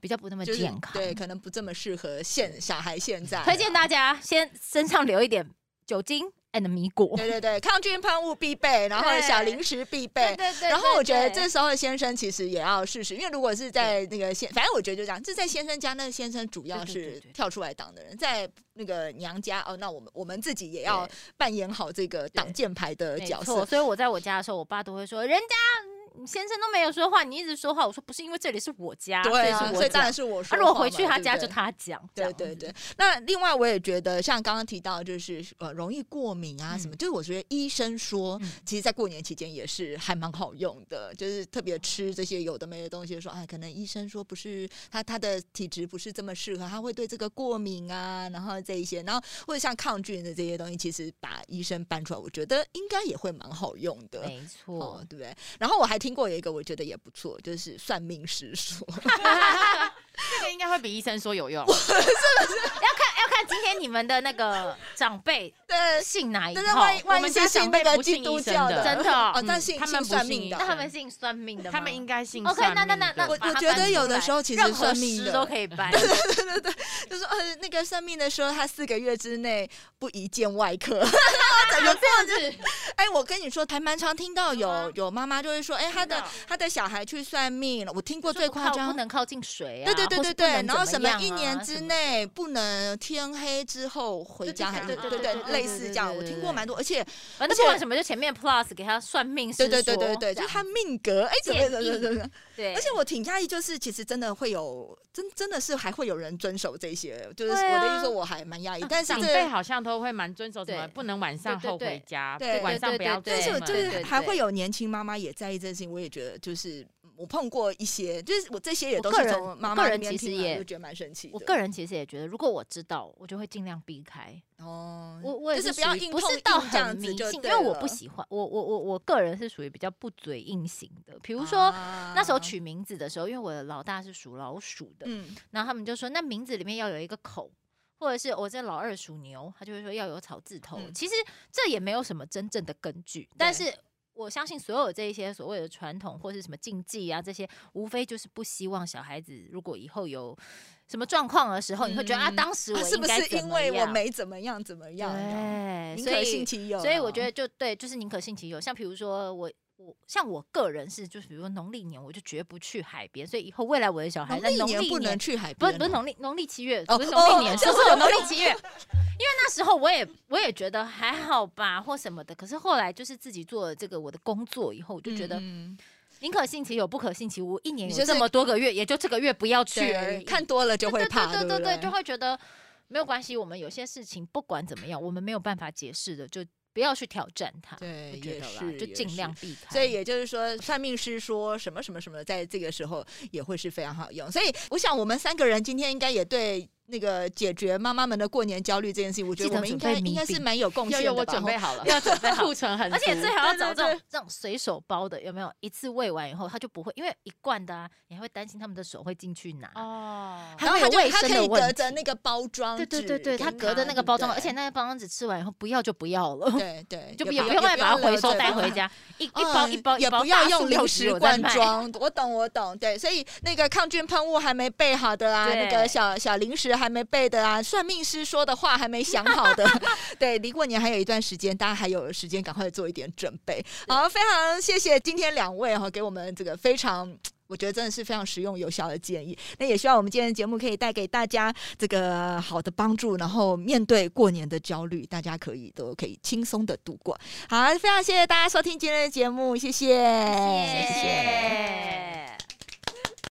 [SPEAKER 4] 比较不那么
[SPEAKER 2] 就是
[SPEAKER 4] 健康。
[SPEAKER 2] 对，可能不这么适合现小孩现在
[SPEAKER 4] 推荐
[SPEAKER 2] 啦。
[SPEAKER 4] 大家先身上留一点酒精 and 米果。
[SPEAKER 2] 对对对，抗菌喷雾必备，然后
[SPEAKER 4] 对
[SPEAKER 2] 小零食必备
[SPEAKER 4] 对。对对。
[SPEAKER 2] 然后我觉得
[SPEAKER 4] 对
[SPEAKER 2] 这时候先生其实也要试试，因为如果是在那个先，反正我觉得就这样，这在先生家，那先生主要
[SPEAKER 4] 对对对
[SPEAKER 2] 是
[SPEAKER 4] 对
[SPEAKER 2] 跳出来挡的人，在那个娘家哦，那我们我们自己也要扮演好这个挡箭牌的
[SPEAKER 4] 没
[SPEAKER 2] 角
[SPEAKER 4] 错，
[SPEAKER 2] 色。
[SPEAKER 4] 所以我在我家的时候，我爸都会说：“人家嗯先生都没有说话，你一直说话。”我说：“不是因为这里是我家，
[SPEAKER 2] 对啊，
[SPEAKER 4] 是
[SPEAKER 2] 所
[SPEAKER 4] 我
[SPEAKER 2] 以当
[SPEAKER 4] 家。
[SPEAKER 2] 然是我
[SPEAKER 4] 啊
[SPEAKER 2] 说话嘛。
[SPEAKER 4] 如果回去他家
[SPEAKER 2] 对
[SPEAKER 4] 就
[SPEAKER 2] 不对
[SPEAKER 4] 他讲。”这
[SPEAKER 2] 对
[SPEAKER 4] 样
[SPEAKER 2] 对
[SPEAKER 4] 子
[SPEAKER 2] 对，那另外我也觉得，像刚刚提到，就是呃，容易过敏啊什么，
[SPEAKER 4] 嗯
[SPEAKER 2] 就是我觉得医生说，
[SPEAKER 4] 嗯
[SPEAKER 2] 其实，在过年期间也是还蛮好用的，就是特别吃这些有的没的东西，说哎，可能医生说不是他他的体质不是这么适合，他会对这个过敏啊，然后这一些，然后或者像抗菌的这些东西，其实把医生搬出来，我觉得应该也会蛮好用的。
[SPEAKER 4] 没
[SPEAKER 2] 哦
[SPEAKER 4] 错，，
[SPEAKER 2] 对不对？然后我还听过有一个，我觉得也不错，就是算命师说，
[SPEAKER 3] 这个应该会比医生说有用。
[SPEAKER 4] 要看今天你们的那个长辈
[SPEAKER 2] 对，
[SPEAKER 4] 信哪一
[SPEAKER 2] 但是万一
[SPEAKER 4] 套，
[SPEAKER 3] 我
[SPEAKER 2] 万一
[SPEAKER 3] 们
[SPEAKER 2] 是
[SPEAKER 3] 家
[SPEAKER 2] 信
[SPEAKER 3] 长
[SPEAKER 2] 那
[SPEAKER 3] 辈
[SPEAKER 2] 个
[SPEAKER 3] 不
[SPEAKER 2] 基
[SPEAKER 3] 信
[SPEAKER 2] 督
[SPEAKER 3] 医生
[SPEAKER 2] 教
[SPEAKER 3] 的
[SPEAKER 4] 真的
[SPEAKER 2] 哦，但
[SPEAKER 3] 嗯
[SPEAKER 2] 信
[SPEAKER 3] 他
[SPEAKER 2] 信
[SPEAKER 3] 们不
[SPEAKER 2] 算
[SPEAKER 3] 信
[SPEAKER 2] 命的哦
[SPEAKER 4] 那
[SPEAKER 3] 医
[SPEAKER 4] 他
[SPEAKER 3] 生
[SPEAKER 4] 们信算命的吗，
[SPEAKER 3] 他们应该信
[SPEAKER 4] OK，
[SPEAKER 3] 算
[SPEAKER 4] 那那
[SPEAKER 3] 命
[SPEAKER 4] 那那
[SPEAKER 3] 的
[SPEAKER 2] 我
[SPEAKER 4] 把它
[SPEAKER 2] 觉得
[SPEAKER 4] 搬出
[SPEAKER 2] 有的
[SPEAKER 4] 来
[SPEAKER 2] 时候其
[SPEAKER 4] 任
[SPEAKER 2] 实
[SPEAKER 4] 何
[SPEAKER 2] 算命
[SPEAKER 4] 诗
[SPEAKER 2] 的
[SPEAKER 4] 都可以 搬。
[SPEAKER 2] 就说呃，那个算命的说他四个月之内不宜见外科，整个这样子。 哎，我跟你说，还蛮常听到
[SPEAKER 4] 嗯
[SPEAKER 2] 有有妈妈就会说，哎，她的
[SPEAKER 3] 真的
[SPEAKER 2] 他的小孩去算命了，我听过
[SPEAKER 4] 说
[SPEAKER 2] 哦最
[SPEAKER 4] 不
[SPEAKER 2] 夸
[SPEAKER 4] 靠不
[SPEAKER 2] 张。
[SPEAKER 4] 能靠近水啊，
[SPEAKER 2] 对对对
[SPEAKER 4] 或
[SPEAKER 2] 对
[SPEAKER 4] 是不
[SPEAKER 2] 对，
[SPEAKER 4] 能
[SPEAKER 2] 然后什
[SPEAKER 4] 怎
[SPEAKER 2] 么
[SPEAKER 4] 样
[SPEAKER 2] 一
[SPEAKER 4] 啊
[SPEAKER 2] 年
[SPEAKER 4] 什
[SPEAKER 2] 之
[SPEAKER 4] 么
[SPEAKER 2] 内不能天黑之后回
[SPEAKER 3] 对
[SPEAKER 2] 家，
[SPEAKER 3] 对
[SPEAKER 2] 还是
[SPEAKER 3] 对
[SPEAKER 2] 对
[SPEAKER 3] 对
[SPEAKER 2] 对
[SPEAKER 3] 对对
[SPEAKER 2] 类似这样，
[SPEAKER 4] 对
[SPEAKER 2] 我
[SPEAKER 4] 对
[SPEAKER 2] 听
[SPEAKER 4] 对
[SPEAKER 2] 过
[SPEAKER 4] 对
[SPEAKER 2] 蛮多，而且
[SPEAKER 4] 反正不管什么，就前面 plus 给他算命师
[SPEAKER 2] 对
[SPEAKER 4] 说，
[SPEAKER 2] 对对对对，
[SPEAKER 4] 这
[SPEAKER 2] 就是
[SPEAKER 4] 样
[SPEAKER 2] 他命格，哎，怎么
[SPEAKER 4] 建
[SPEAKER 2] 怎么
[SPEAKER 4] 议
[SPEAKER 2] 怎么，
[SPEAKER 4] 对，
[SPEAKER 2] 而且我挺讶异，就是其实真的会有，真真的是还会有人遵守这些，就是我
[SPEAKER 4] 对啊嗯
[SPEAKER 2] 的意思，我还蛮讶异。但是
[SPEAKER 3] 长辈
[SPEAKER 2] 这，
[SPEAKER 3] 好像都会蛮遵守什么，
[SPEAKER 4] 对
[SPEAKER 3] 不能晚上
[SPEAKER 4] 对对
[SPEAKER 3] 后
[SPEAKER 4] 对
[SPEAKER 3] 回家，
[SPEAKER 2] 对
[SPEAKER 3] 晚上不要出
[SPEAKER 4] 对
[SPEAKER 2] 但是我
[SPEAKER 3] 门。
[SPEAKER 2] 就是
[SPEAKER 4] 对对
[SPEAKER 2] 还会有年轻妈妈也在意这件事情，我也觉得就是我碰过一些，就是我这些也
[SPEAKER 4] 我
[SPEAKER 2] 都
[SPEAKER 4] 个
[SPEAKER 2] 是
[SPEAKER 4] 人
[SPEAKER 2] 从妈妈
[SPEAKER 4] 我个
[SPEAKER 2] 那
[SPEAKER 4] 人
[SPEAKER 2] 边
[SPEAKER 4] 其实
[SPEAKER 2] 听来，
[SPEAKER 4] 也
[SPEAKER 2] 我就觉得蛮神奇的。
[SPEAKER 4] 我个人其实也觉得，如果我知道，我就会尽量避开。
[SPEAKER 2] 哦，
[SPEAKER 4] 我我也
[SPEAKER 2] 就是是不要
[SPEAKER 4] 属于
[SPEAKER 2] 硬
[SPEAKER 4] 不
[SPEAKER 2] 碰
[SPEAKER 4] 是
[SPEAKER 2] 硬
[SPEAKER 4] 到
[SPEAKER 2] 这样
[SPEAKER 4] 很
[SPEAKER 2] 子
[SPEAKER 4] 迷
[SPEAKER 2] 就
[SPEAKER 4] 信，因
[SPEAKER 2] 对
[SPEAKER 4] 为我不
[SPEAKER 2] 了
[SPEAKER 4] 喜欢，我我我我个人是属于比较不嘴硬型的。比如说、
[SPEAKER 2] 啊
[SPEAKER 4] 那时候，取名字的时候，因为我的老大是属老鼠的，
[SPEAKER 2] 嗯，
[SPEAKER 4] 然后他们就说那名字里面要有一个口。或者是我这老二属牛，他就会说要有草字头。
[SPEAKER 2] 嗯
[SPEAKER 4] 其实这也没有什么真正的根据，但
[SPEAKER 2] 对
[SPEAKER 4] 是我相信所有这一些所谓的传统或是什么禁忌啊，这些无非就是不希望小孩子如果以后有什么状况的时候，你会觉得啊，
[SPEAKER 2] 嗯
[SPEAKER 4] 当时我
[SPEAKER 2] 啊是不
[SPEAKER 4] 应该
[SPEAKER 2] 是
[SPEAKER 4] 怎
[SPEAKER 2] 因
[SPEAKER 4] 么
[SPEAKER 2] 为我
[SPEAKER 4] 样
[SPEAKER 2] 没怎么样怎么样？
[SPEAKER 4] 对，
[SPEAKER 2] 宁
[SPEAKER 4] 所
[SPEAKER 2] 可信
[SPEAKER 4] 以
[SPEAKER 2] 其有。啊
[SPEAKER 4] 所以我觉得就对，就是宁可信其有。像比如说我。我像我个人是，就是比如说农历年，我就绝不去海边，所以以后未来我的小孩
[SPEAKER 2] 农
[SPEAKER 4] 在
[SPEAKER 2] 历
[SPEAKER 4] 农
[SPEAKER 2] 年
[SPEAKER 4] 历
[SPEAKER 2] 不能去海
[SPEAKER 4] 不
[SPEAKER 2] 边
[SPEAKER 4] 是
[SPEAKER 2] 哦，
[SPEAKER 4] 不是农历农历七月，
[SPEAKER 2] 哦
[SPEAKER 4] 不是农历
[SPEAKER 2] 哦
[SPEAKER 4] 年，
[SPEAKER 2] 这
[SPEAKER 4] 就是是我农历七月。因为那时候我也我也觉得还好吧，或什么的。可是后来就是自己做了这个我的工作以后，我就觉得
[SPEAKER 2] 嗯嗯
[SPEAKER 4] 宁可信其有，不可信其无。一年
[SPEAKER 2] 你
[SPEAKER 4] 有
[SPEAKER 2] 就是
[SPEAKER 4] 这么多个月，也就这个月不要去
[SPEAKER 2] 对
[SPEAKER 4] 而已。
[SPEAKER 2] 看多了就会
[SPEAKER 4] 对
[SPEAKER 2] 怕，
[SPEAKER 4] 对
[SPEAKER 2] 不
[SPEAKER 4] 对，就
[SPEAKER 2] 会
[SPEAKER 4] 会觉得没有关系。我们有些事情不管怎么样，我们没有办法解释的，就不要去挑战它。
[SPEAKER 2] 对，
[SPEAKER 4] 我
[SPEAKER 2] 也
[SPEAKER 4] 觉得啦
[SPEAKER 2] 是，
[SPEAKER 4] 就
[SPEAKER 2] 也
[SPEAKER 4] 尽
[SPEAKER 2] 是
[SPEAKER 4] 量避开。
[SPEAKER 2] 所以也就是说，算命师说什么什么什么，在这个时候也会是非常好用。所以我想，我们三个人今天应该也对那个解决妈妈们的过年焦虑这件事情，我觉
[SPEAKER 4] 记
[SPEAKER 2] 得
[SPEAKER 4] 得
[SPEAKER 2] 我们应
[SPEAKER 4] 准
[SPEAKER 2] 该
[SPEAKER 4] 备
[SPEAKER 2] 应
[SPEAKER 4] 米
[SPEAKER 2] 该是
[SPEAKER 4] 饼
[SPEAKER 2] 蛮有贡
[SPEAKER 3] 有
[SPEAKER 2] 献
[SPEAKER 3] 有，
[SPEAKER 2] 的吧。
[SPEAKER 3] 我准备好 了，
[SPEAKER 4] 要准备 好
[SPEAKER 3] 库存很足，
[SPEAKER 4] 而且最好要找
[SPEAKER 2] 对
[SPEAKER 4] 这
[SPEAKER 2] 对
[SPEAKER 4] 种这种随手包的，有没有？一次喂完以后，他就不会，因为一罐的啊，你还会担心他们的手会进去拿。
[SPEAKER 3] 哦，
[SPEAKER 2] 然后它
[SPEAKER 4] 还有
[SPEAKER 2] 就
[SPEAKER 4] 卫
[SPEAKER 2] 它
[SPEAKER 4] 生
[SPEAKER 2] 可
[SPEAKER 4] 的
[SPEAKER 2] 以
[SPEAKER 4] 问
[SPEAKER 2] 隔着
[SPEAKER 4] 题
[SPEAKER 2] 那个包装纸
[SPEAKER 4] 对
[SPEAKER 2] 给
[SPEAKER 4] 对
[SPEAKER 2] 它，
[SPEAKER 4] 对对，它隔着那个包装，而且
[SPEAKER 2] 对
[SPEAKER 4] 那个包装纸吃完以后不要就不要了，
[SPEAKER 2] 对对，
[SPEAKER 4] 就
[SPEAKER 2] 也
[SPEAKER 4] 不
[SPEAKER 2] 不
[SPEAKER 4] 要，不用再把它
[SPEAKER 2] 留
[SPEAKER 4] 回收
[SPEAKER 2] 着
[SPEAKER 4] 带
[SPEAKER 2] 放
[SPEAKER 4] 回家，一一包一
[SPEAKER 2] 嗯
[SPEAKER 4] 包一
[SPEAKER 2] 也
[SPEAKER 4] 包，
[SPEAKER 2] 不要
[SPEAKER 4] 大
[SPEAKER 2] 用
[SPEAKER 4] 树
[SPEAKER 2] 零
[SPEAKER 4] 六十
[SPEAKER 2] 食
[SPEAKER 4] 有在
[SPEAKER 2] 罐
[SPEAKER 4] 卖。
[SPEAKER 2] 装。我懂，我懂，对，所以那个抗菌喷雾还没备好的啊，那个
[SPEAKER 4] 对
[SPEAKER 2] 小小零食还没备的啊，算命师说的话还没想好 的，对，离过年还有一段时间，大家还有时间赶快做一点准备。好，非常谢谢今天两位哈、给我们这个非常。我觉得真的是非常实用有效的建议。那也希望我们今天的节目可以带给大家这个好的帮助，然后面对过年的焦虑，大家可以都可以轻松的度过。好，非常谢谢大家收听今天的节目，谢谢，
[SPEAKER 4] 谢谢。